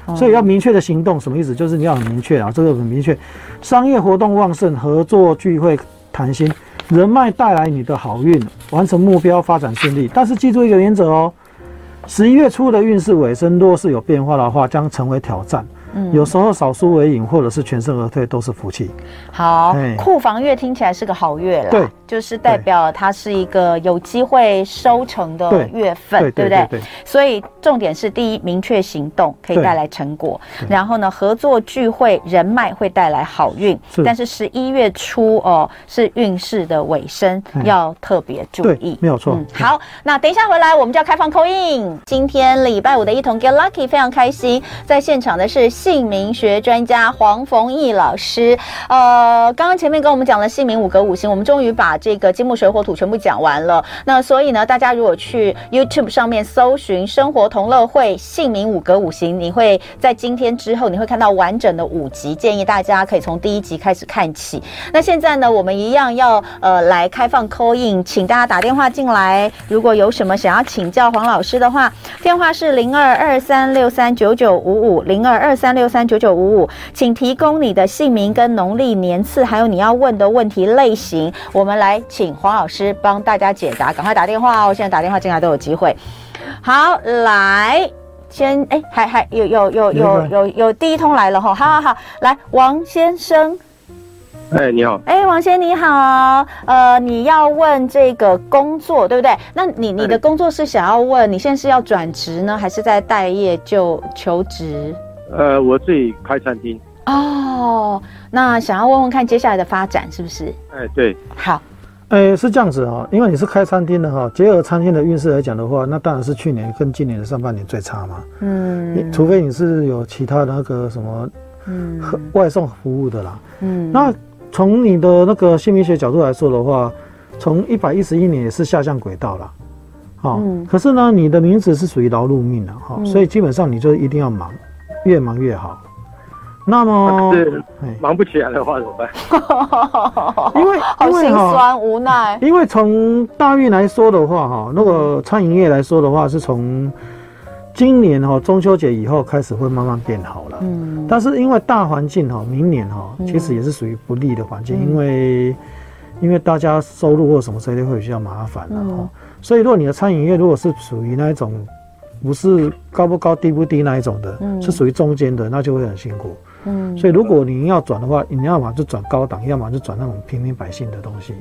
B: 哦
C: 所以要明确的行动，什么意思？就是你要很明确啊，这个很明确。商业活动旺盛，合作聚会谈心，人脉带来你的好运，完成目标，发展顺利。但是记住一个原则哦，十一月初的运势尾声，若是有变化的话，将成为挑战。
B: 嗯
C: 有时候少输为赢，或者是全身而退，都是福气。
B: 好
C: 哎，
B: 库房月听起来是个好月啦，
C: 对，
B: 就是代表它是一个有机会收成的
C: 对
B: 月份，
C: 对
B: 对不
C: 对
B: 对
C: 对对？
B: 所以重点是第一，明确行动可以
C: 对
B: 带来成果，然后呢，合作聚会人脉会带来好运，
C: 是
B: 但是十一月初哦是运势的尾声，
C: 嗯
B: 要特别注意
C: 对，没有错
B: 嗯，好，那等一下回来我们就要开放 call in。今天礼拜五的一同 get lucky 非常开心，在现场的是姓名学专家黄逢义老师。呃，刚刚前面跟我们讲了姓名五格五行，我们终于把这个金木水火土全部讲完了。那所以呢，大家如果去 YouTube 上面搜寻“生活同乐会”姓名五格五行，你会在今天之后你会看到完整的五集，建议大家可以从第一集开始看起。那现在呢，我们一样要呃来开放 call in，请大家打电话进来，如果有什么想要请教黄老师的话，电话是零二二三六三九九五五零二二三。三六三九九五五，请提供你的姓名跟农历年次，还有你要问的问题类型，我们来请黄老师帮大家解答。赶快打电话哦，现在打电话进来都有机会。好，来。先哎，还还有有有有有有第一通来了哈，好好好，来王先生，
D: 哎，你好，
B: 哎，王先你好，呃，你要问这个工作对不对？那你你的
D: 哎
B: 工作是想要问你现在是要转职呢，还是在待业就求职？
D: 呃，我自己开餐厅，
B: 哦，那想要问问看接下来的发展是不是？
D: 哎，对，
B: 好，
C: 哎，是这样子哈、因为你是开餐厅的哈、结合餐厅的运势来讲的话，那当然是去年跟今年的上半年最差嘛。你
B: 嗯
C: 除非你是有其他那个什么和
B: 嗯
C: 外送服务的啦。
B: 嗯
C: 那从你的那个心理学角度来说的话，从一百一十一年也是下降轨道啦。好、
B: 嗯
C: 可是呢，你的名字是属于劳碌命的哈、
B: 嗯
C: 所以基本上你就一定要忙，越忙越好。那
D: 那
C: 么
D: 可啊是，
C: 哎
D: 忙不起来的话怎么办？
C: 因为
B: 哦好
C: 因为
B: 心
C: 哈
B: 酸啊无奈，
C: 因为从大运来说的话，哈，那个餐饮业来说的话，是从今年哈中秋节以后开始会慢慢变好了。
B: 嗯
C: 但是因为大环境哈，明年哈
B: 嗯
C: 其实也是属于不利的环境，
B: 嗯
C: 因为因为大家收入或什么之类会比较麻烦了
B: 嗯
C: 哈。所以如果你的餐饮业如果是属于那一种不是高不高低不低那一种的，
B: 嗯
C: 是属于中间的，那就会很辛苦。
B: 嗯，
C: 所以如果你要转的话，你要么就转高档，要么就转那种平民百姓的东西。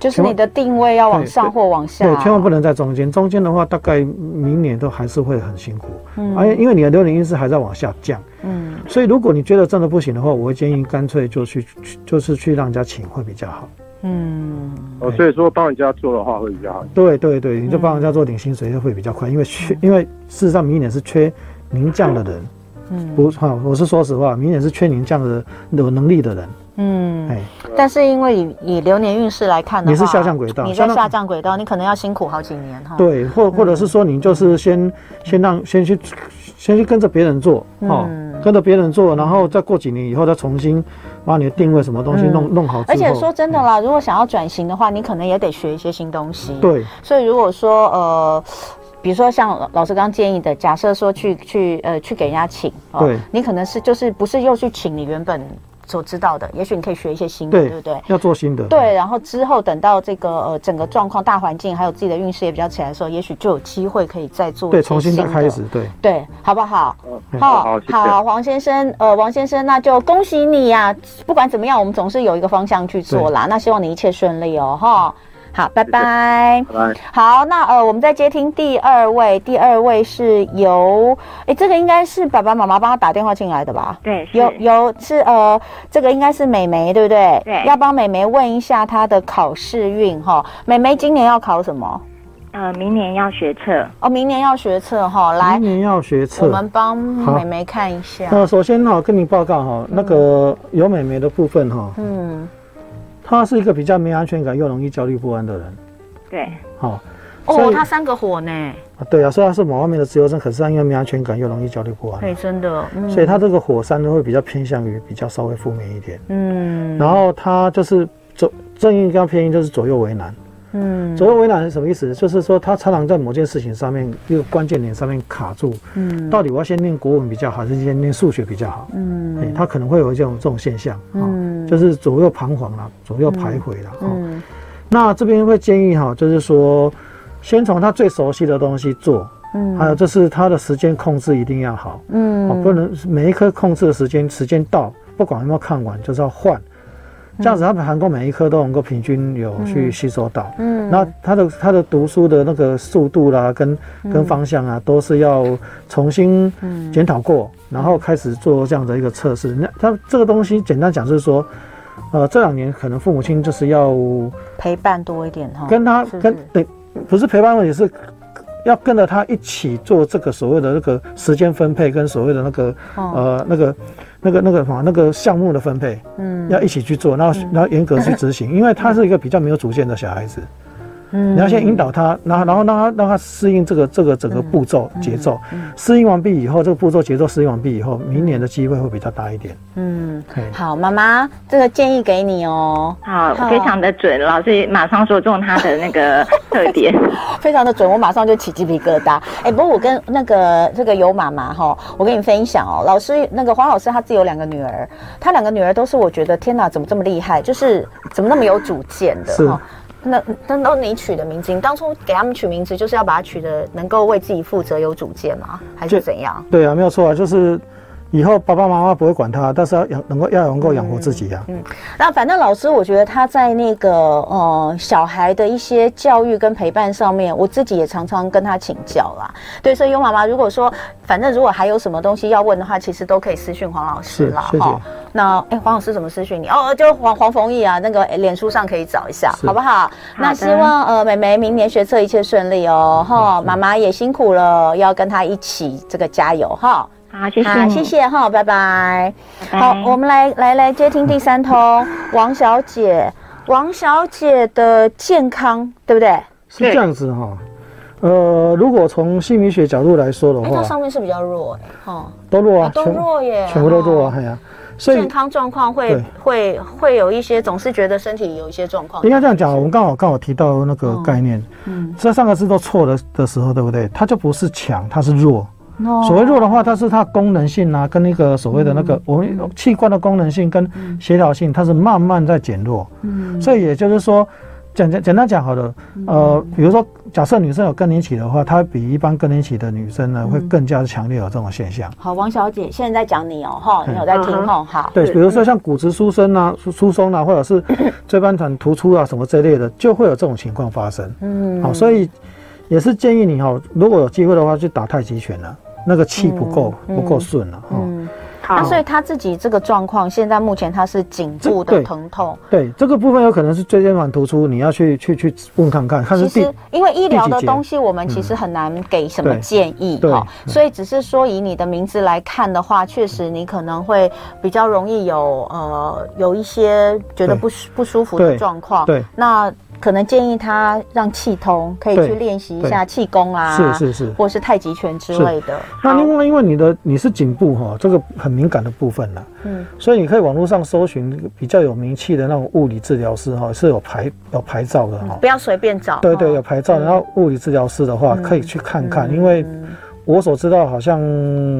B: 就是
C: 千万
B: 你的定位要往
C: 对
B: 上或往下，
C: 对，千万不能在中间。中间的话，大概明年都还是会很辛苦，
B: 嗯
C: 而、且因为你的流年运势还在往下降，
B: 嗯
C: 所以如果你觉得真的不行的话，我会建议干脆就去，去就是去让人家请会比较好。
B: 嗯
D: 哦，
C: 对
D: 所以说帮人家做的话会比较好。
C: 对对对，你就帮
B: 嗯
C: 人家做点薪水就会比较快，因为缺，因为事实上明年是缺名将的人，
B: 嗯
C: 不，哈，我是说实话，明年是缺名将的有能力的人，
B: 嗯
C: 哎，
B: 但是因为以以流年运势来看的话，
C: 你是下降轨道
B: 你在
C: 相当
B: 下降轨道，你可能要辛苦好几年哈。，
C: 对，或或者是说你
B: 嗯
C: 就是先先让先去先去跟着别人做，哦，
B: 嗯
C: 跟着别人做，然后再过几年以后再重新把你的定位什么东西弄、
B: 嗯
C: 弄好之后，
B: 而且说真的啦，如果想要转型的话，你可能也得学一些新东西。，
C: 对
B: 所以如果说呃。比如说像老老师刚刚建议的，假设说去去呃去给人家请，
C: 对
B: 你可能是就是不是又去请你原本所知道的，也许你可以学一些新的，
C: 对
B: 对不对？
C: 要做新的，
B: 对，然后之后等到这个呃整个状况、大环境还有自己的运势也比较起来的时候，也许就有机会可以再做
C: 对，
B: 一些
C: 重新再
B: 新的
C: 开始，对，
B: 对，好不好？
D: 哦
B: 好
D: 好，谢
B: 好，
D: 谢。
B: 王先生，呃，王先生，那就恭喜你呀、不管怎么样，我们总是有一个方向去做啦。那希望你一切顺利哦，哈。好，拜拜。
D: 拜拜。
B: 好，那呃，我们再接听第二位，第二位是由，哎，这个应该是爸爸妈妈帮他打电话进来的吧？
E: 对，是
B: 有有是呃，这个应该是美眉对不对？
E: 对
B: 要帮美眉问一下她的考试运哈。美眉今年要考什么？
E: 呃，明年要学测，
B: 哦，明年要学测哈。来
C: 明，年要学测
B: 我。们帮
C: 好
B: 美眉看一下。
C: 呃，首先哈、跟你报告哈、那个有美眉的部分哈、
B: 嗯，
C: 她是一个比较没安全感又容易焦虑不安的人，
E: 对，
C: 哈、所
B: 哦，
C: 以
B: 他三个火呢，
C: 啊对啊，虽然是某方面的自由身，可是她因为没安全感又容易焦虑不安，
B: 对，真的，嗯
C: 所以她这个火山呢会比较偏向于比较稍微负面一点。
B: 嗯
C: 然后他就是左正印跟偏印就是左右为难。
B: 嗯
C: 左右为难是什么意思？就是说他常常在某件事情上面一个关键点上面卡住，
B: 嗯
C: 到底我要先念国文比较好，还是先念数学比较好？
B: 嗯
C: 哎，他可能会有这种这种现象啊、
B: 嗯
C: 就是左右彷徨啦，左右徘徊啦。哦
B: 嗯
C: 那这边会建议哈、就是说，先从他最熟悉的东西做，
B: 嗯
C: 还有就是他的时间控制一定要好。哦，不
B: 嗯
C: 能每一科控制的时间，时间到，不管有没有看完，就是要
B: 嗯
C: 换。这样子，他们韩国每一科都能够平均有去吸收到。
B: 嗯
C: 那他的他的读书的那个速度啦，跟跟方向
B: 嗯
C: 啊，都是要重新检讨过，然后开始做这样的一个测试。那他这个东西简单讲就是说，呃，这两年可能父母亲就是要
B: 陪伴多一点哈，
C: 跟他
B: 啊是不是
C: 跟对，不是陪伴问题，是要跟着他一起做这个所谓的那个时间分配跟所谓的那个
B: 哦
C: 呃那个那个那个什么那个项目的分配
B: 嗯
C: 要一起去做，然后然后严格去执行，因为他是一个比较没有主见的小孩子，
B: 嗯
C: 你要先引导他，然后然后让他让他适应这个这个整
B: 嗯
C: 个步骤节奏，适应完毕以后，这个步骤节奏适应完毕以后，明年的机会会比较大一点。
B: 嗯
C: 嘿，
B: 好，妈妈，这个建议给你哦，
E: 好
B: 好，
E: 非常的准，老师也马上说中他的那 个特点。
B: 非常的准，我马上就起鸡皮疙瘩。哎、不过我跟那个这个尤妈妈哈，我跟你分享哦，老师那个黄老师他自己有两个女儿，他两个女儿都是我觉得天哪，怎么这么厉害，就是怎么那么有主见的
C: 是
B: 哈。那那都你取的名字，你当初给他们取名字就是要把它取的能够为自己负责、有主见吗？还是
C: 这
B: 怎样？
C: 对啊，没有错啊，就是以后爸爸妈妈不会管他，但是要养能够要能够养活自己呀、啊
B: 那反正老师，我觉得他在那个呃小孩的一些教育跟陪伴上面，我自己也常常跟他请教啦。对，所以优妈妈如果说，反正如果还有什么东西要问的话，其实都可以私讯黄老师啦。
C: 是谢谢
B: 齁那哎，黄老师怎么私讯你？哦，就黄黄冯毅啊，那个哎脸书上可以找一下，
C: 是
B: 好不好？那
E: 的
B: 希望呃美眉明年学测一切顺利哦，哈，
C: 嗯
B: 妈妈也辛苦了，要跟她一起这个加油哈。
E: 好，谢谢
B: 好，
E: 你，
B: 谢谢哈，拜拜。
E: 拜
B: 好，我们来来来接听第三 通，王小姐，王小姐的健康对不对？
C: 是这样子哈、呃，如果从心理学角度来说的
B: 哎，它
C: 话，
B: 上面是比较弱哎，哦，
C: 都弱啊，
B: 啊都
C: 全
B: 弱耶，
C: 全部都弱啊，
B: 哦。
C: 哎呀、所以
B: 健康状况会
C: 对
B: 会会有一些，总是觉得身体有一些状况。
C: 应该这样讲，我们刚好刚好提到那个概念，
B: 哦嗯
C: 这三个字都错的的时候，对不对？它就不是强，它是弱。
B: 哦
C: 所谓弱的话，它是它功能性啊，跟那个所谓的那
B: 嗯
C: 个我们器官的功能性跟协调性，它是慢慢在减弱。
B: 嗯
C: 所以也就是说，简简简单讲好了，呃，比如说假设女生有更年期的话，她比一般更年期的女
B: 嗯
C: 生呢，会更加强烈有这种现象。
B: 好，王小姐，现在在讲你哦，哈，你有在听哦，好，
C: 嗯对，比如说像骨质疏松啊、疏疏松啊，或 者是椎间盘突出啊什么这类的，就会有这种情况发生。
B: 嗯
C: 好，所以也是建议你哈、哦，如果有机会的话，去打太极拳了，那个气不够、
B: 嗯
C: 不够顺了哈。
B: 嗯，
E: 好
B: 那所以她自己这个状况，现在目前她是颈部的
C: 这对
B: 疼痛。
C: 对，这个部分有可能是椎间盘突出，你要去去去问看看，看是
B: 其
C: 第
B: 实，哦因为医疗
C: 第
B: 的
C: 几节嗯
B: 东西，我们其实很难给什么
C: 对
B: 建议
C: 对嗯
B: 哈，所以只是说以你的名字来看的话，确实你可能会比较容易有呃有一些觉得
C: 对
B: 不舒不舒服的
C: 对
B: 状况。
C: 对，
B: 那可能建议他让气通，可以
C: 对
B: 去练习一下气功啊，
C: 是是是。
B: 或是太极拳之类的。
C: 那另外，因为你的你是颈部哈、这个很敏感的部分了，
B: 嗯
C: 所以你可以网络上搜寻比较有名气的那种物理治疗师哈、是有牌有牌照的哈、
B: 不要随便找。
C: 对对，
B: 哦
C: 有牌照，然后物理治疗师的
B: 嗯
C: 话可以去看看，因为我所知道好像
B: 嗯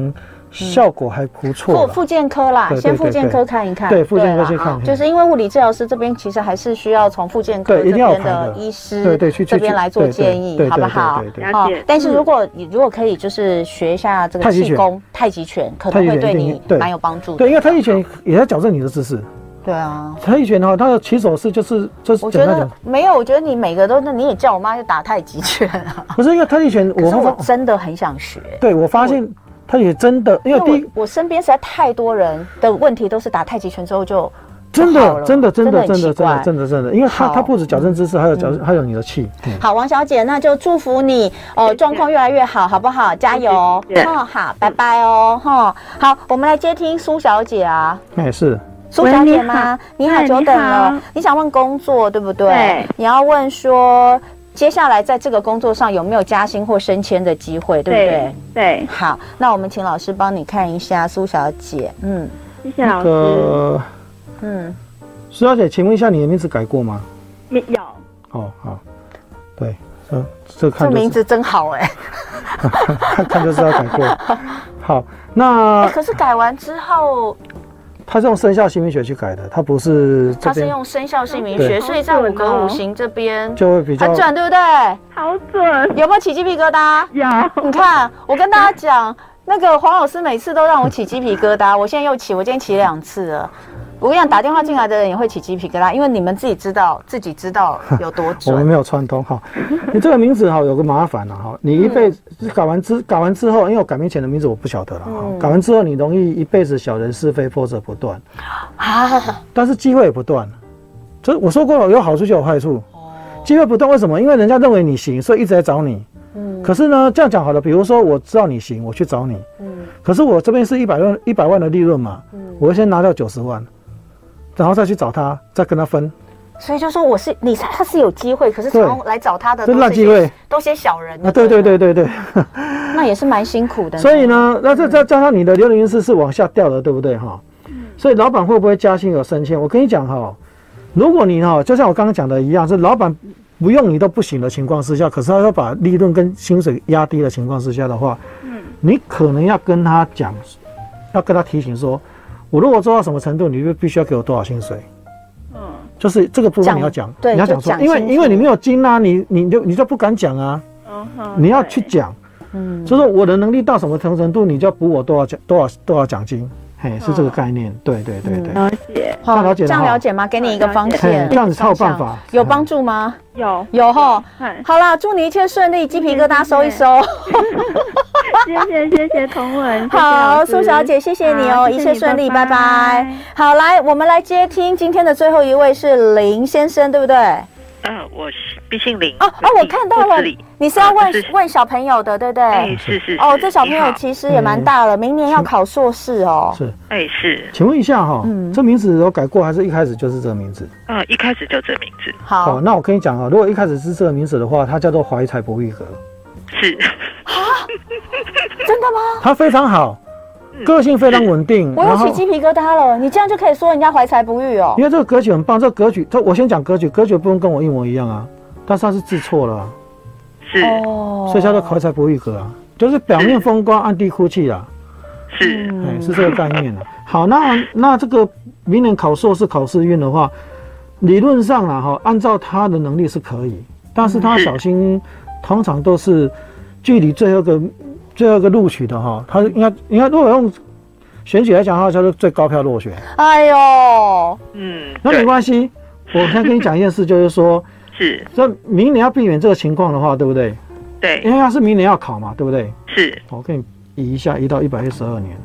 C: 效果还不错
B: 复
C: 啦。
B: 复健科啦，
C: 对对
B: 先
C: 对
B: 复健
C: 对
B: 科看一看。
C: 对复健科
B: 啦
C: 去看
B: 啊就是因为物理治疗师这边其实还是需要从复健科
C: 对
B: 这
C: 一定要
B: 边
C: 有牌
B: 的
C: 的
B: 医师
C: 对对去去
B: 这边
C: 去
B: 来做
C: 对对
B: 建议
C: 对，对
B: 好不
C: 对
B: 好哦
C: 对？对
E: 了解
B: 但是如果你如果可以，就是学一下这个
C: 太极
B: 气
C: 拳
B: 功、太极拳，可
C: 太
B: 能
C: 极
B: 会
C: 拳
B: 对
C: 一定
B: 你
C: 对
B: 蛮有帮助的。
C: 对，因为太极拳也在矫正你的姿势。
B: 对啊。
C: 太极拳的话，它的起手式就是就是
B: 我
C: 简
B: 觉
C: 单
B: 得
C: 讲，
B: 没有，我觉得你每个都，那你也叫我妈去打太极拳啊。
C: 不是因为太极拳，
B: 可
C: 我
B: 是我
C: 发
B: 真的很想学，
C: 对我发现太极拳真的，因为第
B: 因
C: 一
B: 为我我身边实在太多人的问题都是打太极拳之后就
C: 真
B: 不好
C: 的
B: 了
C: 真的真
B: 真
C: 的
B: 的很
C: 真
B: 奇
C: 的真
B: 怪
C: 的真的真的，因为它
B: 好嗯
C: 它不止矫正姿势，还有矫正还有你的气。嗯
B: 好，王小姐，那就祝福你哦，状况越来越好，好不好？加油！哦
E: 谢谢，
B: 好，拜拜哦，哈、好，我们来接听苏小姐啊，
C: 那也哎是
B: 苏
E: 喂
B: 小姐
E: 你
B: 吗
E: 好？
B: 你好，
E: 哎
B: 久
E: 你
B: 等了。
E: 好
B: 你想问工作对不对？
E: 对
B: 你要问说，接下来在这个工作上有没有加薪或升迁的机会，对不对？
E: 对对，
B: 好，那我们请老师帮你看一下苏小姐，嗯
E: 谢谢老
C: 那
E: 师。
C: 个
B: 嗯，
C: 呃苏小姐，请问一下你的名字改过吗？
E: 你有
C: 哦，好，对，嗯，
B: 这
C: 这看就
B: 名
C: 是
B: 字真好哎、
C: 看看就知道改过。 好，那
B: 哎 可是改完之后，
C: 它是用生肖心理学去改的，它不是这
B: 它是
C: 边
B: 用生肖姓名
C: 对
B: 学，所以在
E: 好
B: 五
E: 准
B: 格五
E: 哦
B: 行这边
C: 就会比较
B: 很准，啊对不对？
E: 好准，
B: 有没有起鸡皮疙瘩？
E: 有
B: 你看，我跟大家讲，那个黄老师每次都让我起鸡皮疙瘩，我现在又起，我今天起两次了。我跟你讲，打电话进来的人也会起鸡皮疙瘩，因为你们自己知道，自己知道有多
C: 我们
B: 准。
C: 没有串通哈。你这个名字哈有个麻烦了哈，你一辈子改完之改完之后，因为我改名前的名字我不晓得了哈，改完之后你容易一辈子小人是非波折不断，
B: 啊，
C: 但是机会也不断。这我说过了，有好处就有坏处。机会不断，为什么？因为人家认为你行，所以一直在找你。可是呢，这样讲好了，比如说我知道你行，我去找你，可是我这边是一百万一百万的利润嘛，我会先拿掉九十万，然后再去找他，再跟他分，
B: 所以就说我是理财，他是有机会，可是常常来找他的
C: 这
B: 都
C: 烂
B: 是一
C: 机
B: 些
C: 会
B: 都些小人
C: 啊，对对，对对对，
B: 那也是蛮辛苦的。
C: 所以，呢，那
B: 嗯
C: 这再加上你的流年运势是往下掉的，对不对哈？所以老板会不会加薪有升迁？我跟你讲哈，如果你哈，就像我刚刚讲的一样，是老板不用你都不行的情况之下，可是他要把利润跟薪水压低的情况之下的话，
B: 嗯
C: 你可能要跟他讲，要跟他提醒说，我如果做到什么程度，你就必须要给我多少薪水。就是这个部分
B: 嗯讲
C: 你要讲，
B: 对
C: 你要
B: 就
C: 讲出来，
B: 讲
C: 因为
B: 清
C: 因为
B: 楚
C: 你没有经啊，你你就你就不敢讲啊，
E: 嗯哼
C: 你要
E: 对
C: 去讲。
B: 嗯，
C: 就是我的能力到什么程度，你就要补我多少奖多少多少奖金，
B: 哦
C: 嘿，是这个概念。对对对
B: 嗯
C: 对，
E: 了
C: 这样了
E: 解
C: 解了
B: 这样
C: 哈
B: 了解吗？给你一个方
C: 嘿
B: 向，，
C: 这样子才有办
B: 方
C: 法
B: 向，有
C: 嘿
B: 帮助吗？
E: 有
B: 有吼。
E: 嗨
B: 好啦，祝你一切顺利，鸡皮疙瘩收一收。
E: 谢谢谢谢同文，谢谢
B: 好，
E: 老师
B: 苏小姐，谢谢你
E: 好
B: 哦，
E: 谢
B: 一
E: 谢
B: 切
E: 你
B: 顺利，拜
E: 拜
B: 拜
E: 拜。
B: 好，来，我们来接听今天的最后一位是林先生，对不对？哦
F: 呃，我是毕姓林。
B: 哦，我看到
F: 木
B: 了
F: 子李，
B: 你是要问
F: 是
B: 问小朋友的，对不对
F: 哎，？是是。
B: 哦，
F: 是
B: 这小朋友
F: 你好
B: 其实也蛮大了，明年要考硕士哦。
C: 是。
F: 哎是，
C: 请问一下哈
B: 嗯，
C: 这名字有改过，还是一开始就是这个名字？
F: 呃，一开始就这名字，
B: 好
C: 哦，，那我跟你讲啊，如果一开始是这个名字的话，它叫做怀才不遇合，
B: 嗯
F: 是
B: 真的吗？
C: 它非常好，
F: 嗯
C: 个性非常稳定，
B: 我又起鸡皮疙瘩了，你这样就可以说人家怀才不遇哦
C: 因。为这个格局很棒，这个格局，这我先讲格局，格局不用跟我一模一样啊，但是它是字错了啊，
F: 是
B: 哦
C: 所以叫做怀才不遇合啊，就是表面风光，暗地哭泣啊。
F: 是，
B: 嗯
C: 哎，是这个概念的。好，那那这个明年考硕士考试运的话，理论上啦哈，按照他的能力是可以，但是他小心，通常都是距离最后一个最后一个录取的哈，他应该应该如果用选举来讲的话，叫做最高票落选。
B: 哎呦，
F: 嗯，
C: 那没
F: 对，
C: 关系，我先跟你讲一件事，就是说，
F: 是，
C: 这明年要避免这个情况的话，对不对？因
F: 对，
C: 为他是明年要考嘛，对不对？
F: 是，
C: 我给你移一下，移到一百一十二年。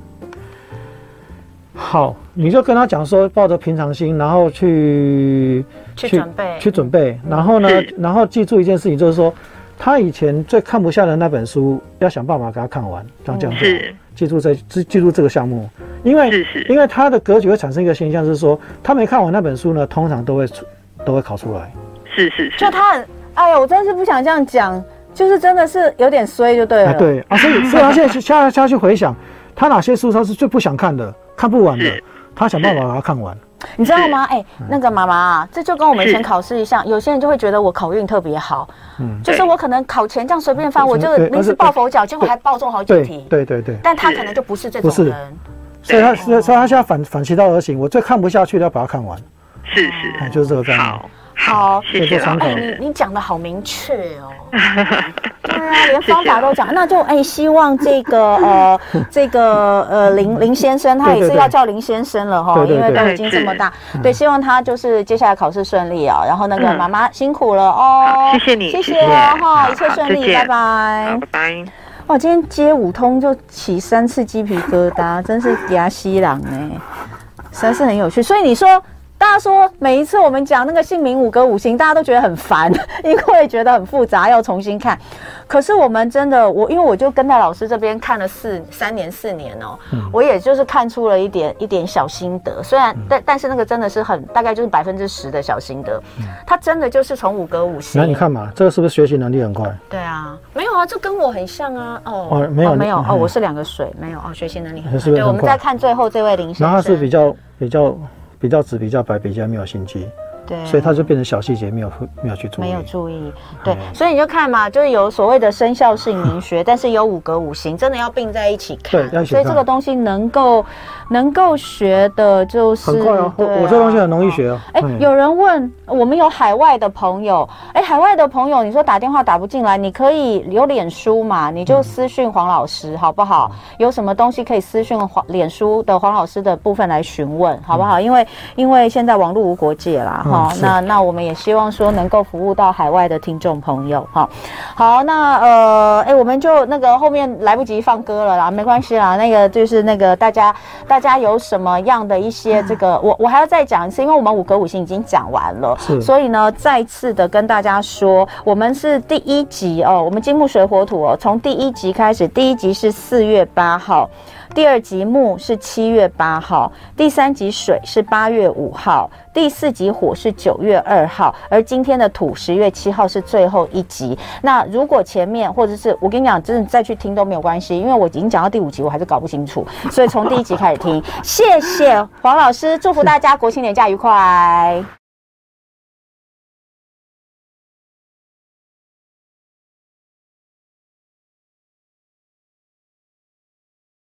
C: 好，你就跟他讲说，抱着平常心，然后去
B: 去准备
C: 去准备。然后呢，
F: 是
C: 然后记住一件事情，就是说，他以前最看不下的那本书，要想办法给他看完，
B: 嗯
C: 这样这样子。
F: 是，
C: 记住这记记住这个项目，因为
F: 是是
C: 因为他的格局会产生一个现象，是说他没看完那本书呢，通常都会出都会考出来。
F: 是是，
B: 就是他很，哎呦，我真是不想这样讲，就是真的是有点衰就对
C: 啊，
F: 哎
B: 了。，
C: 对啊， 所以所以他现在下下去回想，他哪些书他是最不想看的，看不完的
F: 是，
C: 他想办法把它看完。
B: 你知道吗？哎、那个妈妈啊，这就跟我们以前
F: 是
B: 考试一样，有些人就会觉得我考运特别好，
C: 嗯，
B: 就是
F: 对
B: 我可能考前这样随便翻，我就
C: 对
B: 临时抱佛脚，结果还抱中好几
C: 对
B: 题。
C: 对对对，
B: 但他
F: 是
B: 可能就不是这
C: 不
B: 种
C: 是
B: 人。
C: 所以他所以所以他现在反反其道而行，我最看不下去的要把它看完，
F: 是是，
C: 哎就是这个概念
F: 好，
B: 好
F: 谢
C: 可以
F: 谢啊
C: 做参
F: 老
C: 考
B: 哎、
F: 师，
B: 你你讲的好明确 哦。对啊，连方法都讲，那就哎、希望这 个呃，这个呃林林先生，他
C: 对
B: 也
C: 对
B: 是
C: 对
B: 要叫林先生了哈，
C: 对对
B: 因为
C: 对
B: 都已经这么大，对，希望他就是接下来考试顺利啊，然后那个
F: 嗯
B: 妈妈辛苦了哦
F: 好，，谢谢你，
B: 谢谢
F: 谢
B: 哦哈，
F: 好
B: 一切
F: 好
B: 顺
F: 再
B: 利，
F: 见
B: 拜拜
F: 好，。拜拜。
B: 哇，今天接五通就起三次鸡皮疙瘩，真是牙西郎哎，实在是很有趣。所以你说，大家说每一次我们讲那个姓名五格五行，大家都觉得很烦，因为觉得很复杂，要重新看。可是我们真的，我因为我就跟在老师这边看了四三年四年哦、
C: 嗯
B: 我也就是看出了一点一点小心得，虽然、但但是那个真的是很大概就是百分之十的小心得，它真的就是从五格五行。
C: 嗯那你看嘛，这个是不是学习能力很快？
B: 对啊，没有啊，这跟我很像啊。哦，
C: 哦没有
B: 没有
C: 你
B: 哦，
C: 嗯
B: 我是两个水，没有哦，学习能力很好。
C: 是不是
B: 对，
C: 很
B: 我们
C: 快
B: 再看最后这位林先生，
C: 然后他是比较比较比较直、比较白、比较没有心机，
B: 对，
C: 所以他就变成小细节没有没有去注意。
B: 没有注意。对，
C: 嗯
B: 所以你就看嘛，就是有所谓的生肖姓名学，但是有五格五行，真的要并在一起看。
C: 对要一起
B: 所以这
C: 看
B: 个东西能够能够学的，就是
C: 很快哦，我
B: 对啊
C: 我这东西很容易学哦。
B: 哎
C: 哎，
B: 有人问我们有海外的朋友，哎，海外的朋友，你说打电话打不进来，你可以有脸书嘛，你就私讯黄老师好不
C: 嗯
B: 好？有什么东西可以私讯黄脸书的黄老师的部分来询问好不好？因为因为现在网络无国界啦，
C: 嗯
B: 哈、
C: 是
B: 那那我们也希望说能够服务到海外的听众朋友哈。好，那呃，哎，我们就那个后面来不及放歌了啦，没关系啦。那个就是那个大家大家有什么样的一些这个，我我还要再讲一次，因为我们五格五行已经讲完了，
C: 是
B: 所以呢，再次的跟大家说，我们是第一集哦，我们金木水火土哦，从第一集开始，第一集是四月八号。第二集木是七月八号，第三集水是八月五号，第四集火是九月二号，而今天的土十月七号是最后一集。那如果前面或者是我跟你讲，真的再去听都没有关系，因为我已经讲到第五集，我还是搞不清楚，所以从第一集开始听。谢谢黄老师，祝福大家国庆年假愉快。